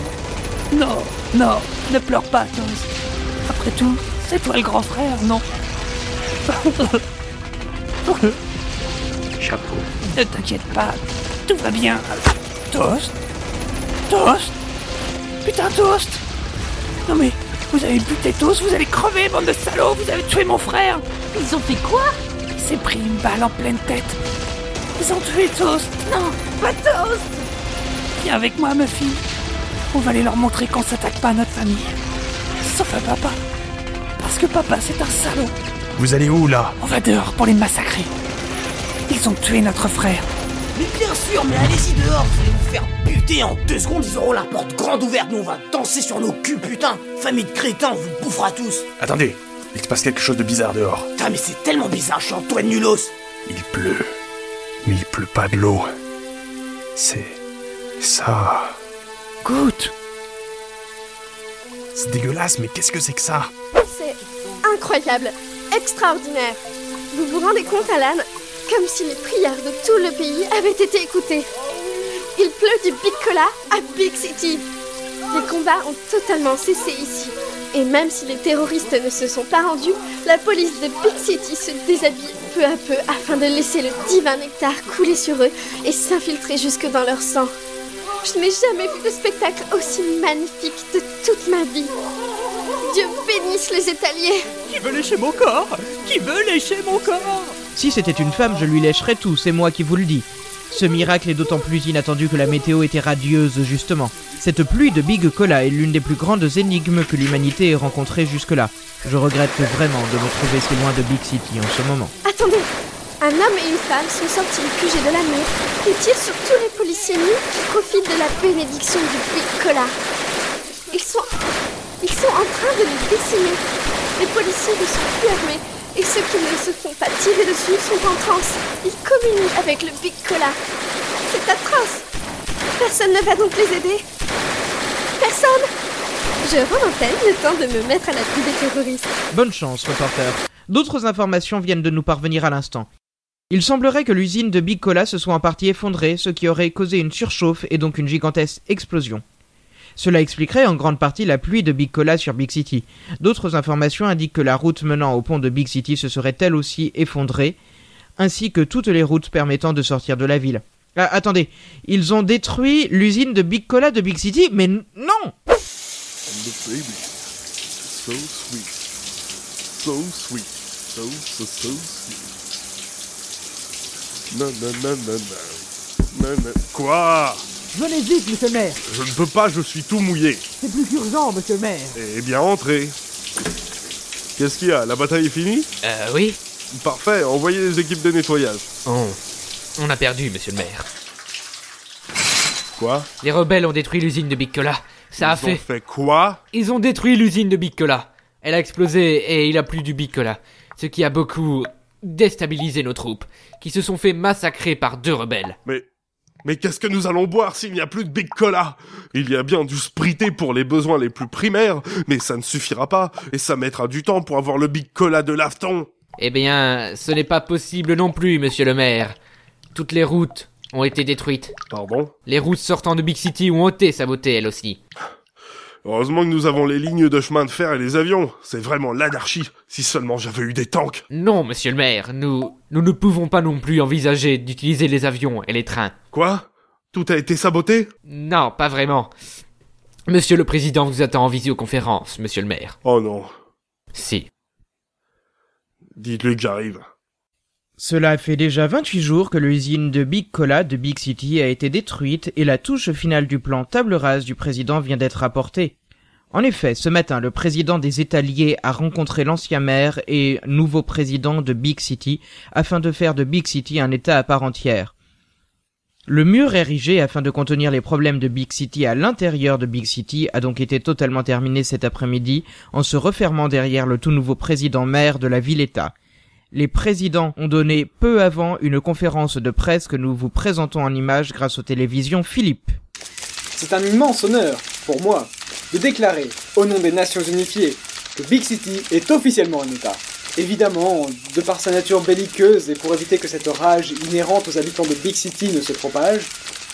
S10: non, non, ne pleure pas, Toast. Après tout, c'est toi le grand frère, non
S20: chapeau,
S10: Ne t'inquiète pas, tout va bien. Toast Toast Putain, Toast Non mais, vous avez buté Toast, vous allez crever, bande de salauds, vous avez tué mon frère Ils ont fait quoi Il s'est pris une balle en pleine tête. Ils ont tué Toast Non, pas Toast Viens avec moi, ma fille. On va aller leur montrer qu'on s'attaque pas à notre famille. Sauf à papa. Parce que papa, c'est un salaud.
S9: Vous allez où là
S10: On va dehors pour les massacrer. Ils ont tué notre frère.
S8: Mais bien sûr, mais allez-y dehors, vous allez vous faire buter en deux secondes, ils auront la porte grande ouverte, nous on va danser sur nos culs, putain Famille de crétins, on vous bouffera tous
S9: Attendez, il se passe quelque chose de bizarre dehors.
S8: Putain, mais c'est tellement bizarre, je suis Antoine Nulos
S9: Il pleut, mais il pleut pas de l'eau. C'est ça.
S10: Goûte
S9: C'est dégueulasse, mais qu'est-ce que c'est que ça
S1: C'est Incroyable, extraordinaire. Vous vous rendez compte, Alan Comme si les prières de tout le pays avaient été écoutées. Il pleut du Big Cola à Big City. Les combats ont totalement cessé ici. Et même si les terroristes ne se sont pas rendus, la police de Big City se déshabille peu à peu afin de laisser le divin nectar couler sur eux et s'infiltrer jusque dans leur sang. Je n'ai jamais vu de spectacle aussi magnifique de toute ma vie. Dieu bénisse les étaliers.
S16: Qui veut lécher mon corps Qui veut lécher mon corps
S4: Si c'était une femme, je lui lècherais tout, c'est moi qui vous le dis. Ce miracle est d'autant plus inattendu que la météo était radieuse, justement. Cette pluie de Big Cola est l'une des plus grandes énigmes que l'humanité ait rencontrées jusque-là. Je regrette vraiment de me trouver si loin de Big City en ce moment.
S1: Attendez Un homme et une femme sont sortis du QG de la mur et tirent sur tous les policiers nus qui profitent de la bénédiction du Big Cola. Ils sont... Ils sont en train de les décimer. Les policiers ne sont plus armés et ceux qui ne se font pas tirer dessus sont en transe. Ils communient avec le Big Cola. C'est atroce Personne ne va donc les aider Personne Je rends l'antenne le temps de me mettre à l'abri des terroristes.
S4: Bonne chance, reporter. D'autres informations viennent de nous parvenir à l'instant. Il semblerait que l'usine de Big Cola se soit en partie effondrée, ce qui aurait causé une surchauffe et donc une gigantesque explosion. Cela expliquerait en grande partie la pluie de Big Cola sur Big City. D'autres informations indiquent que la route menant au pont de Big City se serait elle aussi effondrée, ainsi que toutes les routes permettant de sortir de la ville. Ah, attendez, ils ont détruit l'usine de Big Cola de Big City, mais n- non
S2: And the baby, so sweet, so sweet, so so so sweet. Non non non non non, non non. Quoi
S14: Venez vite, monsieur le maire.
S2: Je ne peux pas, je suis tout mouillé.
S14: C'est plus qu'urgent, monsieur le maire.
S2: Eh bien, entrez. Qu'est-ce qu'il y a La bataille est finie
S23: Euh, oui.
S2: Parfait, envoyez les équipes de nettoyage.
S19: Oh.
S23: On a perdu, monsieur le maire.
S2: Quoi
S19: Les rebelles ont détruit l'usine de Big Cola. Ça a
S2: Ils ont
S19: fait.
S2: fait quoi
S19: Ils ont détruit l'usine de Big Cola. Elle a explosé et il a plus du Big Cola. Ce qui a beaucoup déstabilisé nos troupes, qui se sont fait massacrer par deux rebelles.
S2: Mais. Mais qu'est-ce que nous allons boire s'il n'y a plus de Big Cola Il y a bien du sprité pour les besoins les plus primaires, mais ça ne suffira pas, et ça mettra du temps pour avoir le Big Cola de Lafton.
S19: Eh bien, ce n'est pas possible non plus, monsieur le maire. Toutes les routes ont été détruites.
S2: Pardon
S19: Les routes sortant de Big City ont ôté sa beauté, elles aussi.
S2: Heureusement que nous avons les lignes de chemin de fer et les avions. C'est vraiment l'anarchie. Si seulement j'avais eu des tanks.
S19: Non, monsieur le maire, nous, nous ne pouvons pas non plus envisager d'utiliser les avions et les trains.
S2: Quoi Tout a été saboté
S19: Non, pas vraiment. Monsieur le président vous attend en visioconférence, monsieur le maire.
S2: Oh non.
S19: Si.
S2: Dites-lui que j'arrive.
S4: Cela fait déjà 28 jours que l'usine de Big Cola de Big City a été détruite et la touche finale du plan table rase du président vient d'être apportée. En effet, ce matin, le président des étaliers a rencontré l'ancien maire et nouveau président de Big City afin de faire de Big City un état à part entière. Le mur érigé afin de contenir les problèmes de Big City à l'intérieur de Big City a donc été totalement terminé cet après-midi en se refermant derrière le tout nouveau président-maire de la ville-État. Les présidents ont donné peu avant une conférence de presse que nous vous présentons en images grâce aux télévisions Philippe.
S24: C'est un immense honneur, pour moi, de déclarer, au nom des Nations Unifiées, que Big City est officiellement un État. Évidemment, de par sa nature belliqueuse et pour éviter que cette rage inhérente aux habitants de Big City ne se propage,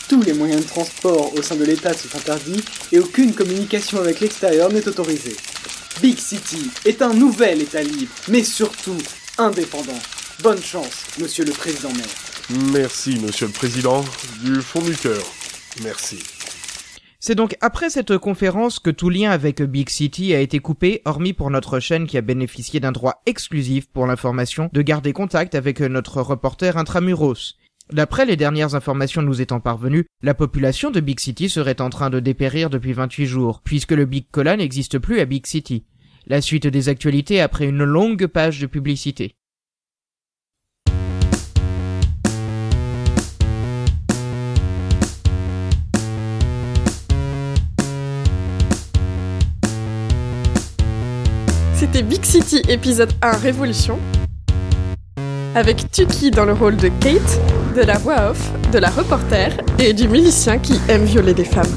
S24: tous les moyens de transport au sein de l'État sont interdits et aucune communication avec l'extérieur n'est autorisée. Big City est un nouvel État libre, mais surtout indépendant. Bonne chance, monsieur le président maire.
S2: Merci, monsieur le président. Du fond du cœur. Merci.
S4: C'est donc après cette conférence que tout lien avec Big City a été coupé, hormis pour notre chaîne qui a bénéficié d'un droit exclusif pour l'information de garder contact avec notre reporter intramuros. D'après les dernières informations nous étant parvenues, la population de Big City serait en train de dépérir depuis 28 jours, puisque le Big Cola n'existe plus à Big City. La suite des actualités après une longue page de publicité.
S3: C'était Big City épisode 1 Révolution avec Tuki dans le rôle de Kate, de la voix off, de la reporter et du milicien qui aime violer des femmes.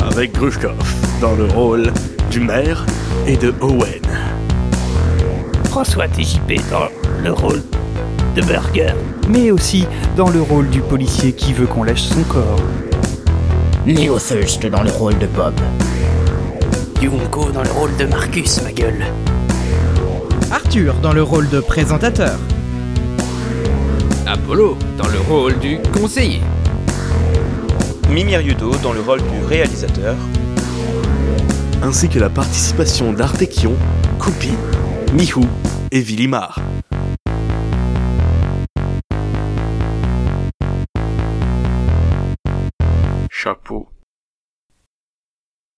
S25: Avec Grushkov dans le rôle du maire et de Owen.
S7: François TJP dans le rôle de Burger, mais aussi dans le rôle du policier qui veut qu'on lâche son corps.
S8: Neo Thirst dans le rôle de Bob. Yunko dans le rôle de Marcus, ma gueule.
S4: Arthur dans le rôle de présentateur.
S26: Apollo dans le rôle du conseiller.
S6: Mimir Yudo dans le rôle du réalisateur.
S2: ainsi que la participation d'Artekion, Koupi, Mihou et Villimar.
S9: chapeau,